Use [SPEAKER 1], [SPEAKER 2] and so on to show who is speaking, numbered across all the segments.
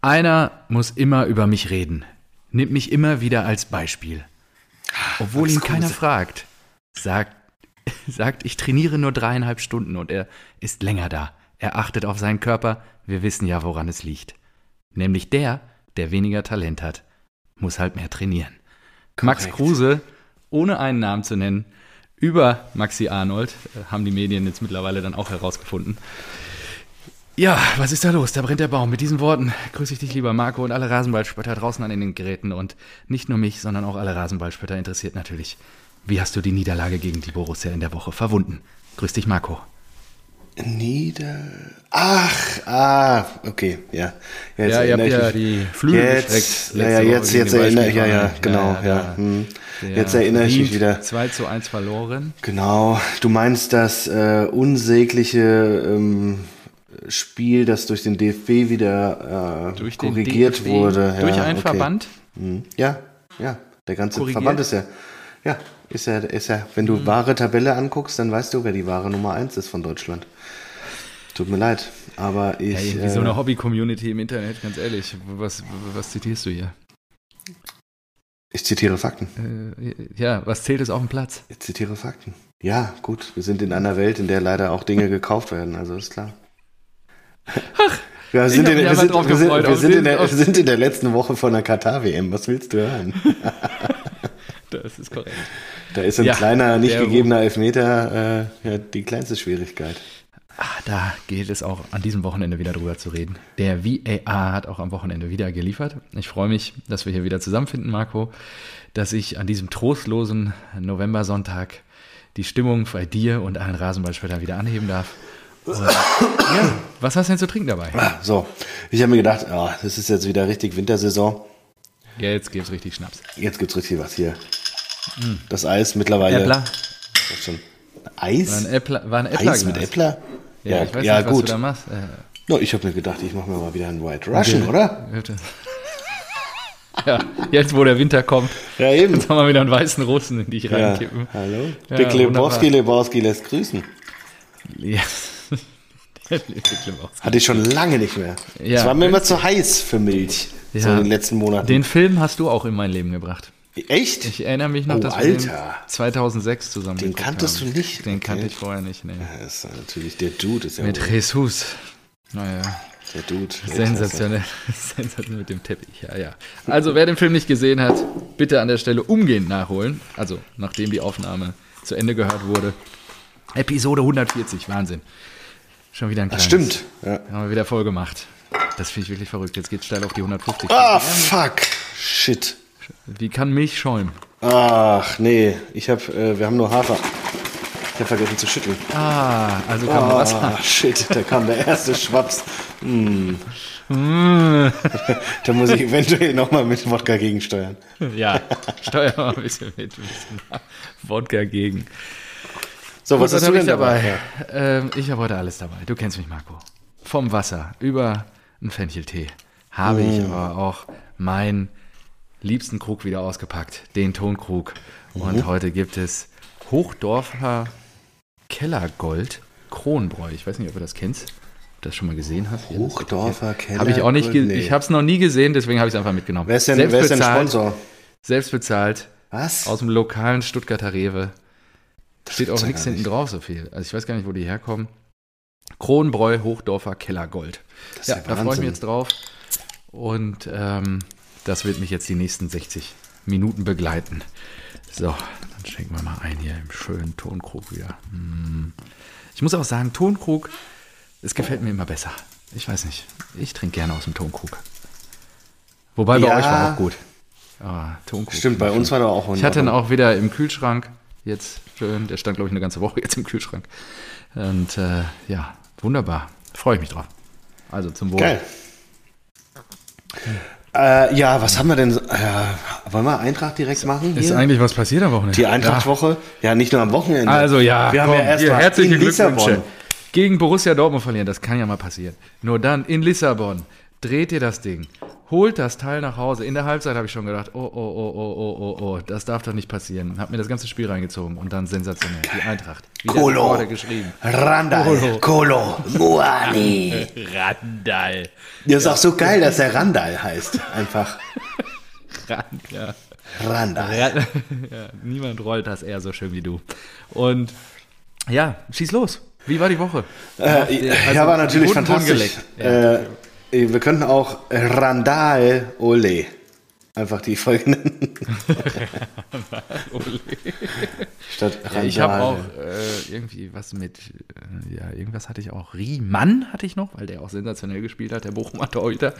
[SPEAKER 1] Einer muss immer über mich reden, nimmt mich immer wieder als Beispiel. Obwohl
[SPEAKER 2] Max
[SPEAKER 1] ihn keiner
[SPEAKER 2] Kruse.
[SPEAKER 1] fragt, sagt, sagt, ich trainiere nur dreieinhalb Stunden und er ist länger da. Er achtet auf seinen Körper, wir wissen ja, woran es liegt. Nämlich der, der weniger Talent hat, muss halt mehr trainieren. Max
[SPEAKER 2] Korrekt.
[SPEAKER 1] Kruse, ohne einen Namen zu nennen, über Maxi Arnold, äh, haben die Medien jetzt mittlerweile dann auch herausgefunden. Ja, was ist da los? Da brennt der Baum. Mit diesen Worten grüße ich dich, lieber Marco, und alle Rasenballspötter draußen an den Geräten. Und nicht nur mich, sondern auch alle Rasenballspötter interessiert natürlich, wie hast du die Niederlage gegen die Borussia in der Woche verwunden? Grüß dich, Marco.
[SPEAKER 2] Nieder. Ach, ah, okay, ja. Ja, jetzt
[SPEAKER 1] Ja, ihr habt
[SPEAKER 2] erinnere ich
[SPEAKER 1] ja
[SPEAKER 2] mich.
[SPEAKER 1] die Flügel
[SPEAKER 2] jetzt,
[SPEAKER 1] gestreckt
[SPEAKER 2] ja,
[SPEAKER 1] letzte
[SPEAKER 2] ja,
[SPEAKER 1] Woche
[SPEAKER 2] jetzt,
[SPEAKER 1] gegen
[SPEAKER 2] jetzt
[SPEAKER 1] den
[SPEAKER 2] erinnere ich
[SPEAKER 1] Beispiel
[SPEAKER 2] ja, ja,
[SPEAKER 1] Bayern.
[SPEAKER 2] genau,
[SPEAKER 1] Ja,
[SPEAKER 2] ja.
[SPEAKER 1] da-
[SPEAKER 2] hm.
[SPEAKER 1] Der
[SPEAKER 2] Jetzt erinnere ich mich
[SPEAKER 1] Wien
[SPEAKER 2] wieder.
[SPEAKER 1] 2 zu 1 verloren.
[SPEAKER 2] Genau, du meinst das äh, unsägliche ähm, Spiel, das durch den DFB wieder äh,
[SPEAKER 1] Durch den
[SPEAKER 2] korrigiert
[SPEAKER 1] DFB,
[SPEAKER 2] wurde. Ja,
[SPEAKER 1] Durch einen
[SPEAKER 2] okay.
[SPEAKER 1] Verband.
[SPEAKER 2] Mhm. Ja, ja, der ganze
[SPEAKER 1] Korrigiert. Mhm.
[SPEAKER 2] Verband ist ja. Ja, ist ja, ist ja, wenn du wahre Tabelle anguckst, dann weißt du, wer die wahre Nummer 1 ist von Deutschland. Tut mir leid, aber
[SPEAKER 1] Ja,
[SPEAKER 2] ich.
[SPEAKER 1] irgendwie
[SPEAKER 2] äh,
[SPEAKER 1] so eine Hobby-Community im Internet, ganz ehrlich. Was, was zitierst du hier?
[SPEAKER 2] Ich zitiere Fakten.
[SPEAKER 1] Äh, ja, was zählt ist auf dem Platz?
[SPEAKER 2] Ich zitiere Fakten. Ja, gut. Wir sind in einer Welt, in der leider auch Dinge gekauft werden, also ist klar. Ach, wir sind
[SPEAKER 1] hab
[SPEAKER 2] in-
[SPEAKER 1] mich
[SPEAKER 2] wir
[SPEAKER 1] einfach
[SPEAKER 2] sind-
[SPEAKER 1] drauf
[SPEAKER 2] wir sind-
[SPEAKER 1] gefreut,
[SPEAKER 2] wir
[SPEAKER 1] auf
[SPEAKER 2] sind
[SPEAKER 1] den-
[SPEAKER 2] in der-
[SPEAKER 1] auf-
[SPEAKER 2] wir sind in der letzten Woche von der Katar-WM. Was willst du hören?
[SPEAKER 1] Das ist korrekt.
[SPEAKER 2] Da ist ein
[SPEAKER 1] Ja,
[SPEAKER 2] kleiner, nicht
[SPEAKER 1] der-
[SPEAKER 2] gegebener Elfmeter äh, ja, die kleinste Schwierigkeit.
[SPEAKER 1] Ah, da gilt es auch an diesem Wochenende wieder drüber zu reden. Der VAR hat auch am Wochenende wieder geliefert. Ich freue mich, dass wir hier wieder zusammenfinden, Marco, dass ich an diesem trostlosen Novembersonntag die Stimmung bei dir und allen Rasenballspielern wieder anheben darf. Und, ja, was hast du denn zu trinken dabei?
[SPEAKER 2] Ah, So, ich habe mir gedacht, ah, das ist jetzt wieder richtig Wintersaison.
[SPEAKER 1] Ja, jetzt gibt's richtig Schnaps.
[SPEAKER 2] Jetzt gibt's richtig was hier. Das Eis mittlerweile.
[SPEAKER 1] Hm. Äppler?
[SPEAKER 2] Ist schon. Eis?
[SPEAKER 1] War ein Äppler, war ein Äppler
[SPEAKER 2] Eis mit Äppler?
[SPEAKER 1] Ja, ich weiß nicht, was du da machst. Äh,
[SPEAKER 2] No, ich habe mir gedacht, ich mache mir mal wieder einen White Russian, oder?
[SPEAKER 1] ja, jetzt wo der Winter kommt,
[SPEAKER 2] Ja, eben.
[SPEAKER 1] jetzt haben wir wieder einen weißen Russen in dich
[SPEAKER 2] Ja.
[SPEAKER 1] reinkippen.
[SPEAKER 2] Hallo?
[SPEAKER 1] Ja,
[SPEAKER 2] Dick Lebowski,
[SPEAKER 1] wunderbar.
[SPEAKER 2] Lebowski lässt grüßen.
[SPEAKER 1] Ja. Der Lebowski.
[SPEAKER 2] Hatte ich schon lange nicht mehr.
[SPEAKER 1] Ja.
[SPEAKER 2] es war mir immer zu heiß für Milch. So in den letzten Monaten.
[SPEAKER 1] Den Film hast du auch in mein Leben gebracht.
[SPEAKER 2] Echt?
[SPEAKER 1] Ich erinnere mich noch,
[SPEAKER 2] Oh,
[SPEAKER 1] dass wir den
[SPEAKER 2] Alter.
[SPEAKER 1] 2006 zusammen
[SPEAKER 2] Den
[SPEAKER 1] geguckt
[SPEAKER 2] kanntest
[SPEAKER 1] haben.
[SPEAKER 2] du nicht?
[SPEAKER 1] Den
[SPEAKER 2] Okay.
[SPEAKER 1] kannte ich vorher nicht, nee.
[SPEAKER 2] das ist natürlich der Dude, ist ja
[SPEAKER 1] Mit
[SPEAKER 2] wohl-
[SPEAKER 1] Jesus. Naja.
[SPEAKER 2] der Dude.
[SPEAKER 1] Sensationell. Sensationell mit dem Teppich, ja, ja. Also, wer den Film nicht gesehen hat, bitte an der Stelle umgehend nachholen. Also, nachdem die Aufnahme zu Ende gehört wurde. Episode 140, Wahnsinn. Schon wieder ein
[SPEAKER 2] Das
[SPEAKER 1] kleines.
[SPEAKER 2] stimmt. Ja.
[SPEAKER 1] Haben wir wieder voll gemacht. Das finde ich wirklich verrückt. Jetzt geht's steil auf die 150.
[SPEAKER 2] Ah, fuck. Shit.
[SPEAKER 1] Wie kann Milch schäumen?
[SPEAKER 2] Ach, nee. Ich hab, äh, wir haben nur Hafer. Ich habe vergessen zu schütteln.
[SPEAKER 1] Ah, also kann man Wasser.
[SPEAKER 2] Ah, shit. Da kam der erste Schwaps. Hm.
[SPEAKER 1] Mm.
[SPEAKER 2] da muss ich eventuell nochmal mit Wodka gegensteuern.
[SPEAKER 1] Ja, steuer mal ein bisschen mit. Ein bisschen Wodka gegen.
[SPEAKER 2] So, was
[SPEAKER 1] Gut,
[SPEAKER 2] hast du
[SPEAKER 1] hab
[SPEAKER 2] denn
[SPEAKER 1] ich
[SPEAKER 2] dabei? Ja.
[SPEAKER 1] Ähm, ich habe heute alles dabei. Du kennst mich, Marco. Vom Wasser über einen Fencheltee habe ich
[SPEAKER 2] Mm.
[SPEAKER 1] aber auch meinen liebsten Krug wieder ausgepackt, den Tonkrug.
[SPEAKER 2] Mhm.
[SPEAKER 1] Und heute gibt es Hochdorfer Kellergold Kronbräu. Ich weiß nicht, ob du das kennst, ob du das schon mal gesehen hast.
[SPEAKER 2] Hochdorfer Keller.
[SPEAKER 1] Habe ich auch nicht, ge-
[SPEAKER 2] Nee.
[SPEAKER 1] ich habe es noch nie gesehen, deswegen habe ich es einfach mitgenommen.
[SPEAKER 2] wer ist denn, wer ist denn
[SPEAKER 1] bezahlt,
[SPEAKER 2] Sponsor?
[SPEAKER 1] Selbst bezahlt,
[SPEAKER 2] Was?
[SPEAKER 1] aus dem lokalen Stuttgarter Rewe. Steht
[SPEAKER 2] gibt's
[SPEAKER 1] auch
[SPEAKER 2] ja
[SPEAKER 1] nichts
[SPEAKER 2] gar
[SPEAKER 1] hinten drauf so viel. Also ich weiß gar nicht, wo die herkommen. Kronbräu Hochdorfer Kellergold.
[SPEAKER 2] ist
[SPEAKER 1] Ja,
[SPEAKER 2] ja
[SPEAKER 1] da freue ich
[SPEAKER 2] Wahnsinn.
[SPEAKER 1] mich jetzt drauf. Und ähm, das wird mich jetzt die nächsten 60 Minuten begleiten. So, dann schenken wir mal ein hier im schönen Tonkrug wieder. Mm. Ich muss auch sagen, Tonkrug, es gefällt mir immer besser. Ich weiß nicht. Ich trinke gerne aus dem Tonkrug. Wobei bei
[SPEAKER 2] Ja.
[SPEAKER 1] euch war auch gut. Ah, Tonkrug.
[SPEAKER 2] Stimmt, bei uns war da auch
[SPEAKER 1] Ich hatte ihn auch wieder im Kühlschrank. Jetzt schön. Der stand, glaube ich, eine ganze Woche jetzt im Kühlschrank. Und äh, ja, wunderbar. Freue ich mich drauf. Also zum Wohl.
[SPEAKER 2] Geil. Äh, ja, was haben wir denn? so- Äh, wollen wir Eintracht direkt machen?
[SPEAKER 1] Ist
[SPEAKER 2] Hier?
[SPEAKER 1] eigentlich was passiert am Wochenende?
[SPEAKER 2] Die Eintrachtwoche? Ja. nicht nur am Wochenende.
[SPEAKER 1] Ja. Also ja,
[SPEAKER 2] wir haben
[SPEAKER 1] komm,
[SPEAKER 2] ja erst
[SPEAKER 1] hier,
[SPEAKER 2] mal
[SPEAKER 1] herzliche
[SPEAKER 2] in
[SPEAKER 1] Glückwünsche.
[SPEAKER 2] Lissabon.
[SPEAKER 1] Gegen Borussia Dortmund verlieren, das kann ja mal passieren. Nur dann in Lissabon dreht ihr das Ding, holt das Teil nach Hause. In der Halbzeit habe ich schon gedacht, oh, oh, oh, oh, oh, oh, oh, das darf doch nicht passieren. Habe mir das ganze Spiel reingezogen und dann sensationell. Die Eintracht. Wie der
[SPEAKER 2] Kolo.
[SPEAKER 1] Reporter geschrieben.
[SPEAKER 2] Randall, Kolo, Muani.
[SPEAKER 1] Randall.
[SPEAKER 2] Das ist auch so geil, dass er Randall heißt. Einfach
[SPEAKER 1] Rand, ja.
[SPEAKER 2] Randall.
[SPEAKER 1] Ja, ja, niemand rollt das eher so schön wie du. Und ja, schieß los. Wie war die Woche?
[SPEAKER 2] Äh,
[SPEAKER 1] Also,
[SPEAKER 2] ja, war natürlich
[SPEAKER 1] guten Ton
[SPEAKER 2] fantastisch.
[SPEAKER 1] gelegt.
[SPEAKER 2] Äh, wir könnten auch Randall Ole einfach die Folge nennen. Statt
[SPEAKER 1] Ja,
[SPEAKER 2] Randall.
[SPEAKER 1] ich habe auch äh, irgendwie was mit, äh, ja, irgendwas hatte ich auch. Riemann hatte ich noch, weil der auch sensationell gespielt hat, der Bochumer Torhüter.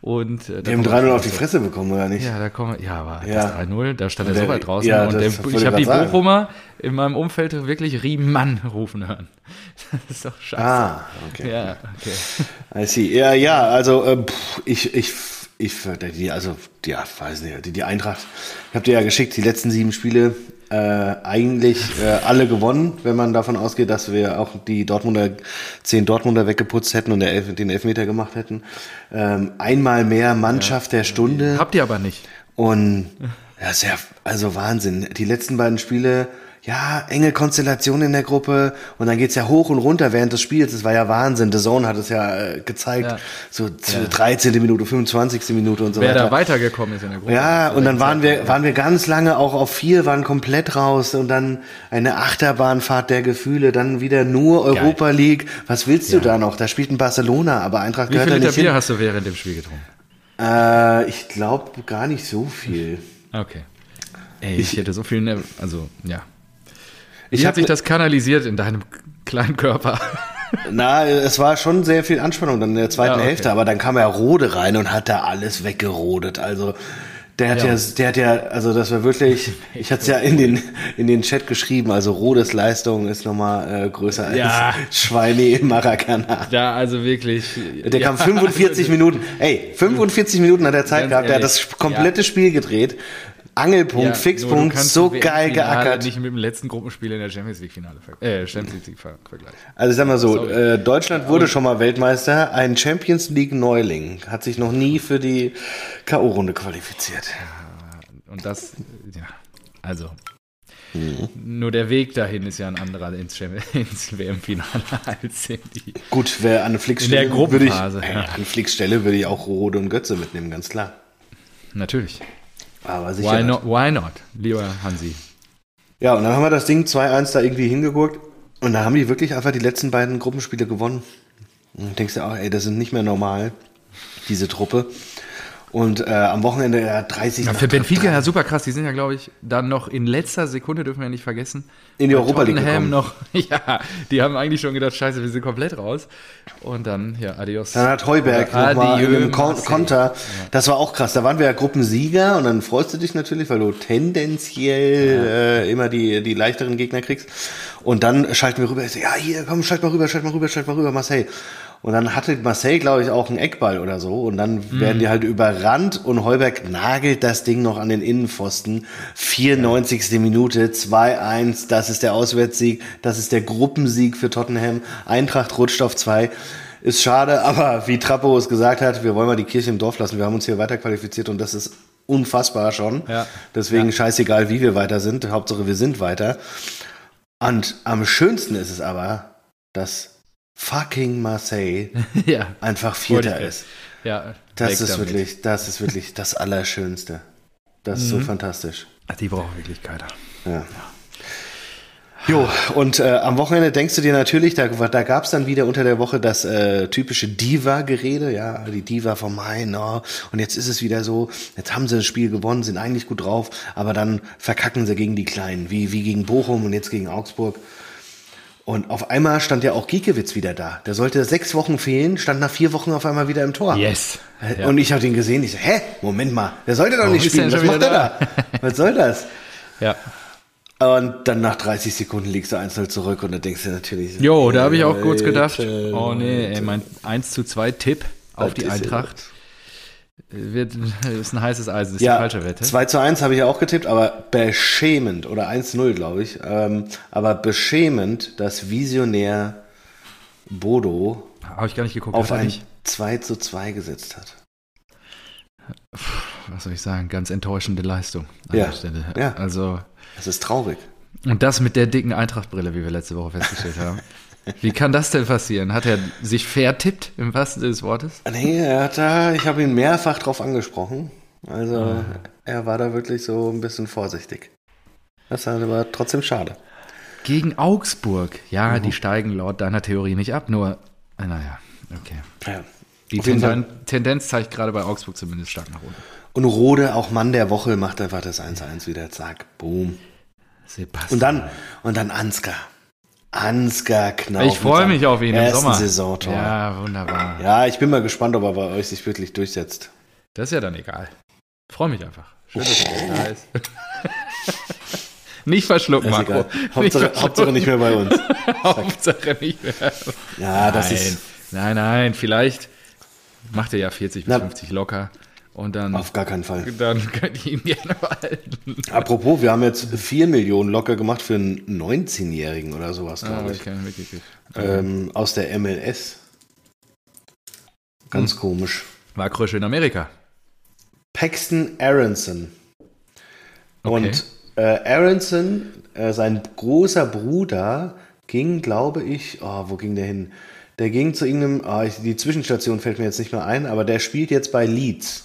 [SPEAKER 1] Und, äh, da
[SPEAKER 2] Wir haben
[SPEAKER 1] kommt-
[SPEAKER 2] 3-0 auf die Fresse bekommen, oder nicht?
[SPEAKER 1] Ja, da kommen wir, ja, aber
[SPEAKER 2] Ja.
[SPEAKER 1] das 3-0, da stand er
[SPEAKER 2] Der-
[SPEAKER 1] so weit draußen.
[SPEAKER 2] ja,
[SPEAKER 1] und
[SPEAKER 2] das
[SPEAKER 1] der,
[SPEAKER 2] wollte
[SPEAKER 1] ich
[SPEAKER 2] ich
[SPEAKER 1] habe
[SPEAKER 2] grad
[SPEAKER 1] die
[SPEAKER 2] sagen.
[SPEAKER 1] Bochumer in meinem Umfeld wirklich Riemann rufen hören. Das ist doch scheiße.
[SPEAKER 2] Ah, okay.
[SPEAKER 1] ja, okay.
[SPEAKER 2] I see. Ja, ja, also ähm, pff, ich, ich, ich, die, also, ja, weiß nicht, die, die Eintracht, ich habe dir ja geschickt, die letzten sieben Spiele äh, eigentlich äh, alle gewonnen, wenn man davon ausgeht, dass wir auch die Dortmunder, zehn Dortmunder weggeputzt hätten und der Elf, den Elfmeter gemacht hätten. Ähm, einmal mehr Mannschaft der Stunde.
[SPEAKER 1] Habt ihr aber nicht.
[SPEAKER 2] Und das ist ja, also Wahnsinn. Die letzten beiden Spiele, ja, enge Konstellation in der Gruppe und dann geht's ja hoch und runter während des Spiels. Das war ja Wahnsinn. The Zone hat es ja äh, gezeigt.
[SPEAKER 1] Ja.
[SPEAKER 2] So z- 13. Minute, 25. Minute und so
[SPEAKER 1] Wer
[SPEAKER 2] weiter.
[SPEAKER 1] da weitergekommen ist in der Gruppe.
[SPEAKER 2] Ja, und dann waren wir, waren wir ganz lange auch auf vier, waren komplett raus und dann eine Achterbahnfahrt der Gefühle, dann wieder nur Europa League. Was willst du da noch? Da spielt ein Barcelona, aber Eintracht
[SPEAKER 1] Wie
[SPEAKER 2] gehört
[SPEAKER 1] viel
[SPEAKER 2] da
[SPEAKER 1] Liter
[SPEAKER 2] nicht
[SPEAKER 1] Bier
[SPEAKER 2] hin.
[SPEAKER 1] hast du während dem Spiel getrunken?
[SPEAKER 2] Äh, ich glaube gar nicht so viel.
[SPEAKER 1] Okay. Ey, ich, hätte so viel, Nerv also, ja. Wie
[SPEAKER 2] Ich
[SPEAKER 1] hat
[SPEAKER 2] hab
[SPEAKER 1] sich
[SPEAKER 2] ne-
[SPEAKER 1] das kanalisiert in deinem kleinen Körper?
[SPEAKER 2] Na, es war schon sehr viel Anspannung dann in der zweiten
[SPEAKER 1] Ja, okay.
[SPEAKER 2] Hälfte, aber dann kam ja Rode rein und hat da alles weggerodet. Also der hat
[SPEAKER 1] Ja.
[SPEAKER 2] ja, der hat ja, also das war wirklich, ich hatte es ja in den, in den Chat geschrieben, also Rodes Leistung ist nochmal äh, größer
[SPEAKER 1] Ja.
[SPEAKER 2] als Schweini im Maracanã.
[SPEAKER 1] Ja, also wirklich.
[SPEAKER 2] Der kam 45 Minuten, ey, 45 Minuten hat er Zeit
[SPEAKER 1] Ganz
[SPEAKER 2] gehabt, der hat
[SPEAKER 1] ehrlich,
[SPEAKER 2] das komplette Spiel gedreht. Angelpunkt, Fixpunkt, so geil geackert.
[SPEAKER 1] Nicht mit dem letzten Gruppenspiel in der Champions League Finale ver äh, Champions League ver vergleichen.
[SPEAKER 2] Also ich sag mal so, äh, Deutschland wurde schon mal Weltmeister, ein Champions League Neuling hat sich noch nie für die KO Runde qualifiziert.
[SPEAKER 1] Und das, ja, also. Nur der Weg dahin ist ja ein anderer ins, Champions- ins WM-Finale als in die.
[SPEAKER 2] Gut, wer an Flicks
[SPEAKER 1] In der
[SPEAKER 2] Stelle würde ich
[SPEAKER 1] Gruppenphase,
[SPEAKER 2] äh,
[SPEAKER 1] ja.
[SPEAKER 2] an Flicks Stelle würde ich auch Rode und Götze mitnehmen, ganz klar.
[SPEAKER 1] Natürlich.
[SPEAKER 2] Aber sicher.
[SPEAKER 1] Why
[SPEAKER 2] nicht.
[SPEAKER 1] not, why not, lieber Hansi?
[SPEAKER 2] Ja, und dann haben wir das Ding 2-1 da irgendwie hingeguckt und da haben die wirklich einfach die letzten beiden Gruppenspiele gewonnen. Und du denkst dir auch, ey, das sind nicht mehr normal, diese Truppe. Und äh, am Wochenende ja, 30
[SPEAKER 1] Ja, für Benfica ja super krass. Die sind ja, glaube ich, dann noch in letzter Sekunde, dürfen wir nicht vergessen.
[SPEAKER 2] in die
[SPEAKER 1] bei
[SPEAKER 2] Europa League
[SPEAKER 1] Tottenham
[SPEAKER 2] gekommen.
[SPEAKER 1] noch. Ja, die haben eigentlich schon gedacht, scheiße, wir sind komplett raus. Und dann, ja, adios.
[SPEAKER 2] Dann hat Heuberg
[SPEAKER 1] Oder
[SPEAKER 2] nochmal in
[SPEAKER 1] adieu,
[SPEAKER 2] einem Kon
[SPEAKER 1] Marseille.
[SPEAKER 2] Konter. Das war auch krass. Da waren wir ja Gruppensieger und dann freust du dich natürlich, weil du tendenziell äh, immer die, die leichteren Gegner kriegst. Und dann schalten wir rüber. Ich so, ja, hier, komm, schalt mal rüber, schalt mal rüber, schalt mal rüber, Marseille. Und dann hatte Marseille, glaube ich, auch einen Eckball oder so. Und dann werden die halt überrannt und Heuberg nagelt das Ding noch an den Innenpfosten. 94. Minute, 2-1, das ist der Auswärtssieg, das ist der Gruppensieg für Tottenham. Eintracht rutscht auf 2. Ist schade, aber wie Trappo es gesagt hat, wir wollen mal die Kirche im Dorf lassen. Wir haben uns hier weiter qualifiziert und das ist unfassbar schon.
[SPEAKER 1] Ja.
[SPEAKER 2] Deswegen scheißegal, wie wir weiter sind. Hauptsache, wir sind weiter. Und am schönsten ist es aber, dass fucking Marseille
[SPEAKER 1] ja,
[SPEAKER 2] einfach
[SPEAKER 1] Wollte
[SPEAKER 2] Vierter
[SPEAKER 1] ich-
[SPEAKER 2] ist.
[SPEAKER 1] ja. weg
[SPEAKER 2] Das ist
[SPEAKER 1] damit.
[SPEAKER 2] wirklich, das ist wirklich das Allerschönste. Das ist so
[SPEAKER 1] Mhm.
[SPEAKER 2] fantastisch.
[SPEAKER 1] Ach, Die brauchen wirklich keiner.
[SPEAKER 2] Ja. Jo, und äh, am Wochenende denkst du dir natürlich, da, da gab es dann wieder unter der Woche das äh, typische Diva-Gerede, ja, die Diva vom Main, oh, und jetzt ist es wieder so, jetzt haben sie das Spiel gewonnen, sind eigentlich gut drauf, aber dann verkacken sie gegen die Kleinen, wie, wie gegen Bochum und jetzt gegen Augsburg. Und auf einmal stand ja auch Giekewitz wieder da. Der sollte sechs Wochen fehlen, stand nach vier Wochen auf einmal wieder im Tor.
[SPEAKER 1] Yes.
[SPEAKER 2] Äh,
[SPEAKER 1] Ja.
[SPEAKER 2] Und ich habe den gesehen, ich so, hä, Moment mal, der sollte doch
[SPEAKER 1] Warum
[SPEAKER 2] nicht
[SPEAKER 1] ist der
[SPEAKER 2] spielen, was
[SPEAKER 1] schon
[SPEAKER 2] macht
[SPEAKER 1] wieder
[SPEAKER 2] er da? Was soll das?
[SPEAKER 1] Ja.
[SPEAKER 2] Und dann nach 30 Sekunden liegst du 1-0 zurück und dann denkst du natürlich.
[SPEAKER 1] Jo, da habe ich auch kurz gedacht,
[SPEAKER 2] Alter,
[SPEAKER 1] oh nee, ey, mein 1 zu 2 Tipp auf
[SPEAKER 2] was
[SPEAKER 1] die
[SPEAKER 2] ist
[SPEAKER 1] Eintracht Äh, wird, ist ein heißes Eisen, ist
[SPEAKER 2] das?
[SPEAKER 1] die
[SPEAKER 2] Ja,
[SPEAKER 1] falsche Wette.
[SPEAKER 2] 2 zu 1 habe ich auch getippt, aber beschämend, oder 1-0, glaube ich, ähm, aber beschämend, dass Visionär Bodo
[SPEAKER 1] Habe ich gar nicht geguckt.
[SPEAKER 2] auf
[SPEAKER 1] hat er
[SPEAKER 2] ein
[SPEAKER 1] nicht.
[SPEAKER 2] 2 zu 2 gesetzt hat.
[SPEAKER 1] was soll ich sagen, ganz enttäuschende Leistung an
[SPEAKER 2] Ja.
[SPEAKER 1] der Stelle.
[SPEAKER 2] Ja.
[SPEAKER 1] Also,
[SPEAKER 2] Das ist traurig.
[SPEAKER 1] und das mit der dicken Eintrachtbrille, wie wir letzte Woche festgestellt haben. Wie kann das denn passieren? Hat er sich vertippt im wahrsten Sinne des Wortes?
[SPEAKER 2] Nee, er hat da, ich habe ihn mehrfach drauf angesprochen. Also
[SPEAKER 1] Ah.
[SPEAKER 2] er war da wirklich so ein bisschen vorsichtig. Das war aber trotzdem schade.
[SPEAKER 1] Gegen Augsburg.
[SPEAKER 2] Mhm.
[SPEAKER 1] Ja, die steigen laut deiner Theorie nicht ab, nur, äh, naja, okay.
[SPEAKER 2] Ja.
[SPEAKER 1] Die
[SPEAKER 2] Auf jeden
[SPEAKER 1] Tenden Tendenz zeigt gerade bei Augsburg zumindest stark nach unten.
[SPEAKER 2] Und Rode, auch Mann der Woche, macht einfach das 1-1 wieder. Zack, boom.
[SPEAKER 1] Sebastian.
[SPEAKER 2] Und dann, und dann Ansgar. Ansgar Knauf.
[SPEAKER 1] ich freue mich auf ihn im
[SPEAKER 2] ersten
[SPEAKER 1] Sommer.
[SPEAKER 2] Saisontor. Ja.
[SPEAKER 1] Ja, wunderbar.
[SPEAKER 2] ich bin mal gespannt, ob er bei euch sich wirklich durchsetzt.
[SPEAKER 1] Das ist ja dann egal. Freue mich einfach. Schön, dass er da ist. nicht verschlucken,
[SPEAKER 2] Ist
[SPEAKER 1] Marco.
[SPEAKER 2] egal. Hauptsache,
[SPEAKER 1] nicht
[SPEAKER 2] Hauptsache nicht mehr bei uns.
[SPEAKER 1] Hauptsache nicht mehr.
[SPEAKER 2] Ja, das
[SPEAKER 1] nein.
[SPEAKER 2] ist
[SPEAKER 1] nein, nein, vielleicht macht er ja 40 bis
[SPEAKER 2] Na.
[SPEAKER 1] 50 locker und dann,
[SPEAKER 2] auf gar keinen Fall.
[SPEAKER 1] dann könnt ihr ihn gerne behalten.
[SPEAKER 2] Apropos, wir haben jetzt 4 Millionen locker gemacht für einen 19-Jährigen oder sowas, glaube ich.
[SPEAKER 1] Ah, Okay, wirklich.
[SPEAKER 2] Ähm, aus der MLS.
[SPEAKER 1] Hm.
[SPEAKER 2] Ganz komisch.
[SPEAKER 1] War Krösche in Amerika.
[SPEAKER 2] Paxton Aronson.
[SPEAKER 1] Okay.
[SPEAKER 2] Und äh, Aronson, äh, sein großer Bruder, ging, glaube ich, oh, wo ging der hin? Der ging zu irgendeinem, ah, ich, die Zwischenstation fällt mir jetzt nicht mehr ein, aber der spielt jetzt bei Leeds.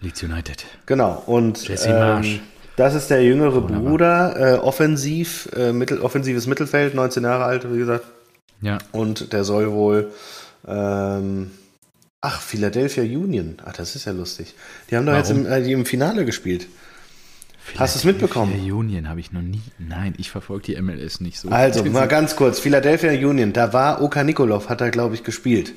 [SPEAKER 1] Leeds United.
[SPEAKER 2] Genau. Und ähm,
[SPEAKER 1] Jesse Marsch.
[SPEAKER 2] das ist der jüngere Bruder, äh, offensiv, äh, mittel, offensives Mittelfeld, 19 Jahre alt, wie gesagt.
[SPEAKER 1] Ja.
[SPEAKER 2] Und der soll wohl, ähm, ach, Philadelphia Union. Ach, das ist ja lustig. Die haben doch jetzt im, äh, die im Finale gespielt. Hast du es mitbekommen?
[SPEAKER 1] Der Union habe ich noch nie. Nein, ich verfolge die MLS nicht so.
[SPEAKER 2] Also, mal ganz kurz, Philadelphia Union, da war Oka Nikolov, hat er, glaube ich, gespielt.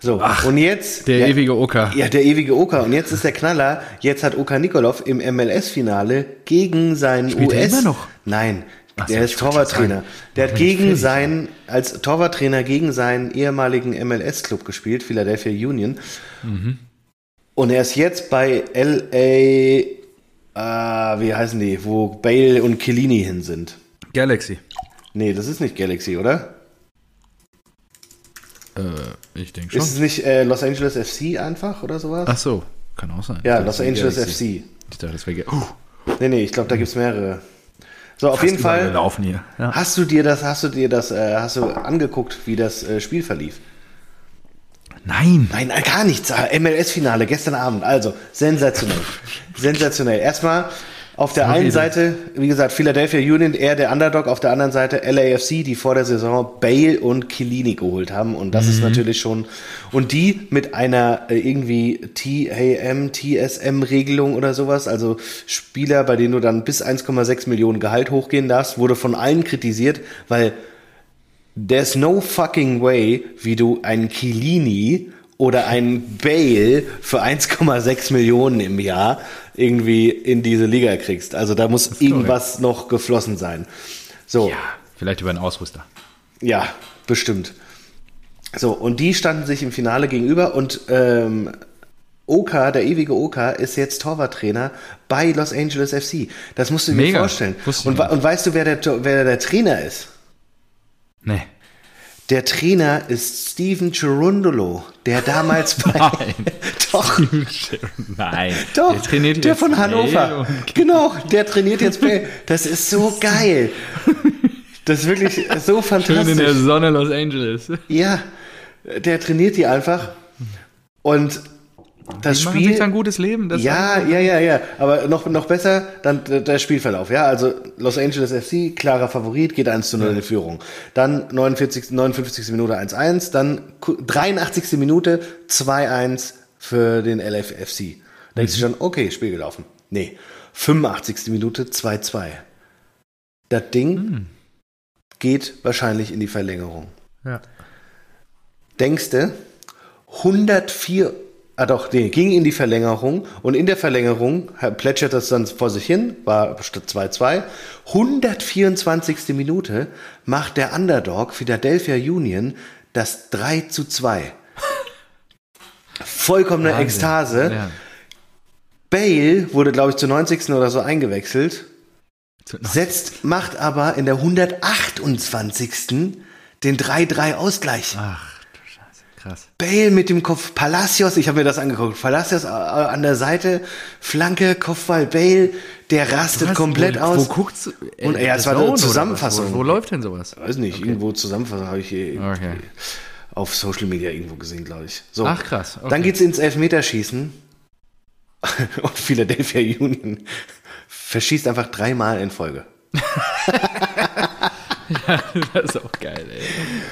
[SPEAKER 2] So, und jetzt.
[SPEAKER 1] der
[SPEAKER 2] ja,
[SPEAKER 1] ewige Oka.
[SPEAKER 2] Ja, der ewige Oka. Und jetzt ist der Knaller, jetzt hat Oka Nikolov im MLS-Finale gegen seinen
[SPEAKER 1] Spielt
[SPEAKER 2] US.
[SPEAKER 1] er immer noch?
[SPEAKER 2] Nein,
[SPEAKER 1] Ach so,
[SPEAKER 2] der
[SPEAKER 1] ich
[SPEAKER 2] ist
[SPEAKER 1] wollte schon
[SPEAKER 2] Torwarttrainer.
[SPEAKER 1] sagen.
[SPEAKER 2] Der hat
[SPEAKER 1] Mensch,
[SPEAKER 2] gegen
[SPEAKER 1] Felix.
[SPEAKER 2] seinen, als Torwarttrainer gegen seinen ehemaligen MLS-Club gespielt, Philadelphia Union.
[SPEAKER 1] Mhm.
[SPEAKER 2] Und er ist jetzt bei LA, ah, wie heißen die, wo Bale und Chiellini hin sind.
[SPEAKER 1] Galaxy.
[SPEAKER 2] Nee, das ist nicht Galaxy, oder?
[SPEAKER 1] Äh, ich denke
[SPEAKER 2] Ist es nicht äh, Los Angeles FC einfach oder sowas?
[SPEAKER 1] Ach so, kann auch sein.
[SPEAKER 2] ja,
[SPEAKER 1] Ich
[SPEAKER 2] Los
[SPEAKER 1] dachte,
[SPEAKER 2] Angeles
[SPEAKER 1] Äh, Galaxy.
[SPEAKER 2] FC.
[SPEAKER 1] Ich dachte, das wäre. Uh,
[SPEAKER 2] Nee, nee, ich glaube, da gibt es mehrere. So, auf jeden
[SPEAKER 1] Wir
[SPEAKER 2] Fall.
[SPEAKER 1] laufen hier. Ja.
[SPEAKER 2] Hast du dir das, hast du dir das, äh, hast du angeguckt, wie das äh, Spiel verlief?
[SPEAKER 1] Nein.
[SPEAKER 2] Nein, äh, gar nichts. Ah, MLS-Finale gestern Abend. Also, sensationell. sensationell. Erstmal auf der
[SPEAKER 1] Sorry,
[SPEAKER 2] einen
[SPEAKER 1] das-
[SPEAKER 2] Seite, wie gesagt, Philadelphia Union, eher der Underdog. Auf der anderen Seite LAFC, die vor der Saison Bale und Chiellini geholt haben. Und das ist natürlich schon. Und die mit einer äh, irgendwie TAM, TSM-Regelung oder sowas. Also Spieler, bei denen du dann bis 1,6 Millionen Gehalt hochgehen darfst, wurde von allen kritisiert, weil There's no fucking way, wie du einen Chiellini oder einen Bale für 1,6 Millionen im Jahr irgendwie in diese Liga kriegst. Also da muss irgendwas noch geflossen sein. So,
[SPEAKER 1] Ja, vielleicht über einen Ausrüster.
[SPEAKER 2] ja, bestimmt. So, und die standen sich im Finale gegenüber und ähm, Oka, der ewige Oka, ist jetzt Torwarttrainer bei Los Angeles FC. Das musst du dir
[SPEAKER 1] Mega.
[SPEAKER 2] vorstellen.
[SPEAKER 1] Wusste ich
[SPEAKER 2] Und, wa-
[SPEAKER 1] nicht.
[SPEAKER 2] und weißt du, wer der, Tor- wer der Trainer ist?
[SPEAKER 1] Nee.
[SPEAKER 2] Der Trainer ist Steven Gerundolo, der damals bei.
[SPEAKER 1] Nein.
[SPEAKER 2] Doch,
[SPEAKER 1] Nein.
[SPEAKER 2] doch.
[SPEAKER 1] Der trainiert
[SPEAKER 2] der
[SPEAKER 1] jetzt
[SPEAKER 2] von Hannover.
[SPEAKER 1] Bale und-
[SPEAKER 2] Genau, der trainiert jetzt Bale. Das ist so geil. Das ist wirklich so
[SPEAKER 1] Schön in der
[SPEAKER 2] fantastisch.
[SPEAKER 1] Sonne Los Angeles.
[SPEAKER 2] Ja, der trainiert die einfach. Und das
[SPEAKER 1] Die machen
[SPEAKER 2] Spiel.
[SPEAKER 1] sich da ein gutes Leben. Das
[SPEAKER 2] Ja, ja, ja, ja. Aber noch, noch besser dann d- der Spielverlauf. Ja, also Los Angeles FC, klarer Favorit, geht 1 zu 0 in die Führung. Dann 49, 59. Minute 1-1, dann ku- 83. Minute 2-1 für den LFFC. Denkst du schon, okay, Spiel gelaufen. Nee. 85. Minute 2-2. Das Ding geht wahrscheinlich in die Verlängerung.
[SPEAKER 1] ja.
[SPEAKER 2] Denkst du, 104, ah doch, nee, ging in die Verlängerung und in der Verlängerung plätschert das dann vor sich hin, war statt 2-2. 124. Minute macht der Underdog Philadelphia Union das 3 zu 2. Vollkommene
[SPEAKER 1] Wahnsinn.
[SPEAKER 2] Ekstase.
[SPEAKER 1] Ja.
[SPEAKER 2] Bale wurde, glaube ich, zur 90. oder so eingewechselt.
[SPEAKER 1] Zu-
[SPEAKER 2] Setzt, macht aber in der 128. den 3-3 Ausgleich.
[SPEAKER 1] Ach du Scheiße. Krass.
[SPEAKER 2] Bale mit dem Kopf, Palacios, ich habe mir das angeguckt, Palacios äh, an der Seite, Flanke, Kopfball, Bale, der rastet
[SPEAKER 1] Was?
[SPEAKER 2] komplett
[SPEAKER 1] wo,
[SPEAKER 2] aus.
[SPEAKER 1] Wo guckt's? Äh,
[SPEAKER 2] Und, äh, ja, es war eine
[SPEAKER 1] Zone oder was?
[SPEAKER 2] Zusammenfassung.
[SPEAKER 1] Wo, wo läuft denn sowas?
[SPEAKER 2] Weiß nicht, irgendwo Zusammenfassung habe ich hier
[SPEAKER 1] Okay.
[SPEAKER 2] auf Social Media irgendwo gesehen, glaube ich. So.
[SPEAKER 1] Ach, krass, okay.
[SPEAKER 2] Dann geht's ins Elfmeterschießen. Und Philadelphia Union verschießt einfach dreimal in Folge.
[SPEAKER 1] Das ist auch geil,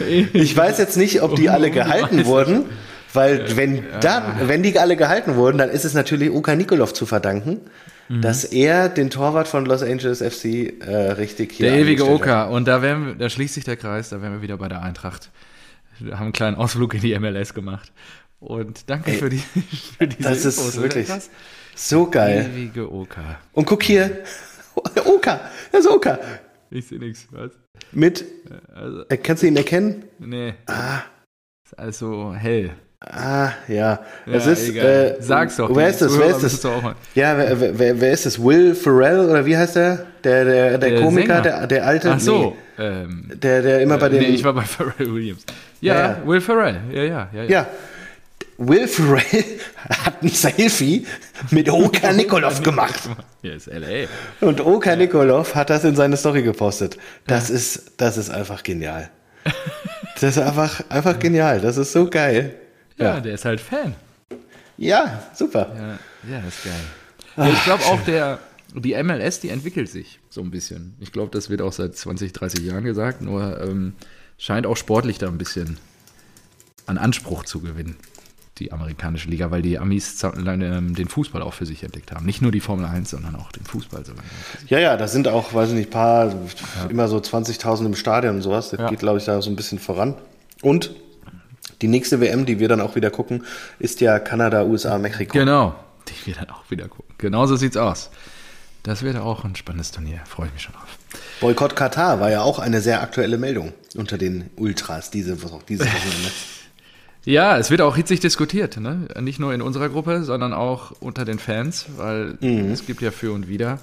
[SPEAKER 1] ey.
[SPEAKER 2] Ich weiß jetzt nicht, ob die alle gehalten wurden, weil wenn dann, wenn die alle gehalten wurden, dann ist es natürlich Uka Nikolov zu verdanken,
[SPEAKER 1] Mhm.
[SPEAKER 2] dass er den Torwart von Los Angeles FC äh, richtig hier
[SPEAKER 1] Der ewige
[SPEAKER 2] eingestellt hat.
[SPEAKER 1] Oka. Und da, wären wir, da schließt sich der Kreis, da wären wir wieder bei der Eintracht. Wir haben einen kleinen Ausflug in die MLS gemacht. Und danke für, die, für diese
[SPEAKER 2] Das ist
[SPEAKER 1] Infos, oder?
[SPEAKER 2] wirklich
[SPEAKER 1] Krass.
[SPEAKER 2] so geil.
[SPEAKER 1] Ewige Oka.
[SPEAKER 2] Und guck hier, Oka, das ist Oka.
[SPEAKER 1] Ich sehe nichts. Was?
[SPEAKER 2] Mit,
[SPEAKER 1] Also,
[SPEAKER 2] äh, kannst du ihn erkennen?
[SPEAKER 1] nee. Ist alles so hell.
[SPEAKER 2] Ah, ja. es
[SPEAKER 1] Ja,
[SPEAKER 2] ist,
[SPEAKER 1] egal.
[SPEAKER 2] äh,
[SPEAKER 1] Sag's doch.
[SPEAKER 2] Wer
[SPEAKER 1] die
[SPEAKER 2] ist das? Wer
[SPEAKER 1] Zuhörer
[SPEAKER 2] ist
[SPEAKER 1] müssen
[SPEAKER 2] das?
[SPEAKER 1] doch auch mal-
[SPEAKER 2] Ja, wer, wer- wer, wer ist das? Will Ferrell oder wie heißt der? Der, der, der,
[SPEAKER 1] Der Sänger.
[SPEAKER 2] Komiker, der, der alte.
[SPEAKER 1] Ach so.
[SPEAKER 2] nee,
[SPEAKER 1] Ähm,
[SPEAKER 2] der, der immer bei dem.
[SPEAKER 1] nee, ich war bei Pharrell Williams. Ja,
[SPEAKER 2] Ja, ja.
[SPEAKER 1] Will Pharrell. Ja, ja, ja.
[SPEAKER 2] Ja. Will Ferrell hat ein Selfie mit Oka Nikolov gemacht.
[SPEAKER 1] Ja, ist L.A.
[SPEAKER 2] Und Oka Nikolov hat das in seine Story gepostet. Das ist, das ist einfach genial. Das ist einfach, einfach genial. Das ist so geil.
[SPEAKER 1] Ja,
[SPEAKER 2] Ja.
[SPEAKER 1] der ist halt Fan.
[SPEAKER 2] Ja, super.
[SPEAKER 1] Ja, ja ist geil. Ja, ich glaube auch, der, die MLS, die entwickelt sich so ein bisschen. Ich glaube, das wird auch seit 20, 30 Jahren gesagt, nur ähm, scheint auch sportlich da ein bisschen an Anspruch zu gewinnen, die amerikanische Liga, weil die Amis za- ähm, den Fußball auch für sich entdeckt haben. Nicht nur die Formel 1, sondern auch den Fußball. sogar.
[SPEAKER 2] Ja, ja, da sind auch, weiß ich nicht, paar, immer so 20.000 im Stadion und sowas. Das
[SPEAKER 1] Ja.
[SPEAKER 2] geht, glaube ich, da so ein bisschen voran. Und die nächste WM, die wir dann auch wieder gucken, ist ja Kanada, USA, Mexiko.
[SPEAKER 1] Genau, die wir dann auch wieder gucken. Genauso sieht's aus. Das wird auch ein spannendes Turnier, freue ich mich schon auf.
[SPEAKER 2] Boykott Katar war ja auch eine sehr aktuelle Meldung unter den Ultras diese Woche. Diese Wochenende.
[SPEAKER 1] Ja, es wird auch hitzig diskutiert, ne? Nicht nur in unserer Gruppe, sondern auch unter den Fans, weil es gibt ja für und wider.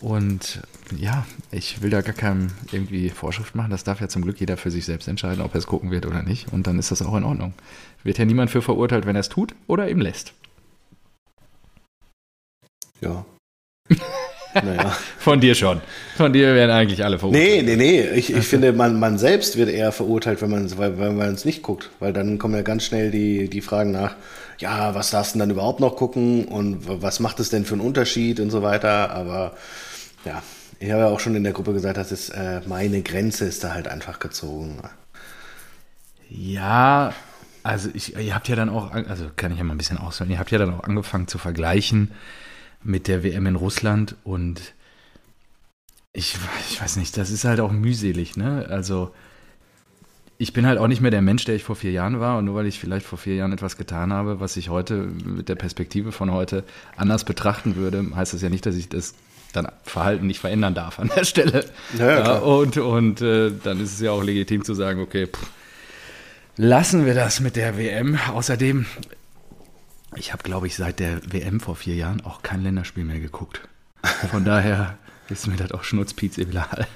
[SPEAKER 1] Und ja, ich will da gar keinem irgendwie Vorschrift machen. Das darf ja zum Glück jeder für sich selbst entscheiden, ob er es gucken wird oder nicht. Und dann ist das auch in Ordnung. Wird ja niemand für verurteilt, wenn er es tut oder eben lässt.
[SPEAKER 2] ja. naja.
[SPEAKER 1] Von dir schon. Von dir werden eigentlich alle verurteilt.
[SPEAKER 2] Nee, nee, nee. Ich, ich finde, man, man selbst wird eher verurteilt, wenn man weil, wenn man es nicht guckt. Weil dann kommen ja ganz schnell die, die Fragen nach, ja, was darfst du denn dann überhaupt noch gucken und w- was macht es denn für einen Unterschied und so weiter. Aber ja, ich habe ja auch schon in der Gruppe gesagt, das ist äh, meine Grenze ist da halt einfach gezogen.
[SPEAKER 1] Ja, also ich, ihr habt ja dann auch, an- also kann ich ja mal ein bisschen ausholen, ihr habt ja dann auch angefangen zu vergleichen mit der WM in Russland und ich, ich weiß nicht, das ist halt auch mühselig, ne? Also ich bin halt auch nicht mehr der Mensch, der ich vor vier Jahren war und nur weil ich vielleicht vor vier Jahren etwas getan habe, was ich heute mit der Perspektive von heute anders betrachten würde, heißt das ja nicht, dass ich das dann Verhalten nicht verändern darf an der Stelle.
[SPEAKER 2] Ja, ja, klar.
[SPEAKER 1] und und äh, dann ist es ja auch legitim zu sagen, okay, pff, lassen wir das mit der WM. Außerdem, ich habe, glaube ich, seit der WM vor vier Jahren auch kein Länderspiel mehr geguckt. Von daher ist mir das auch Schnutzpiez egal.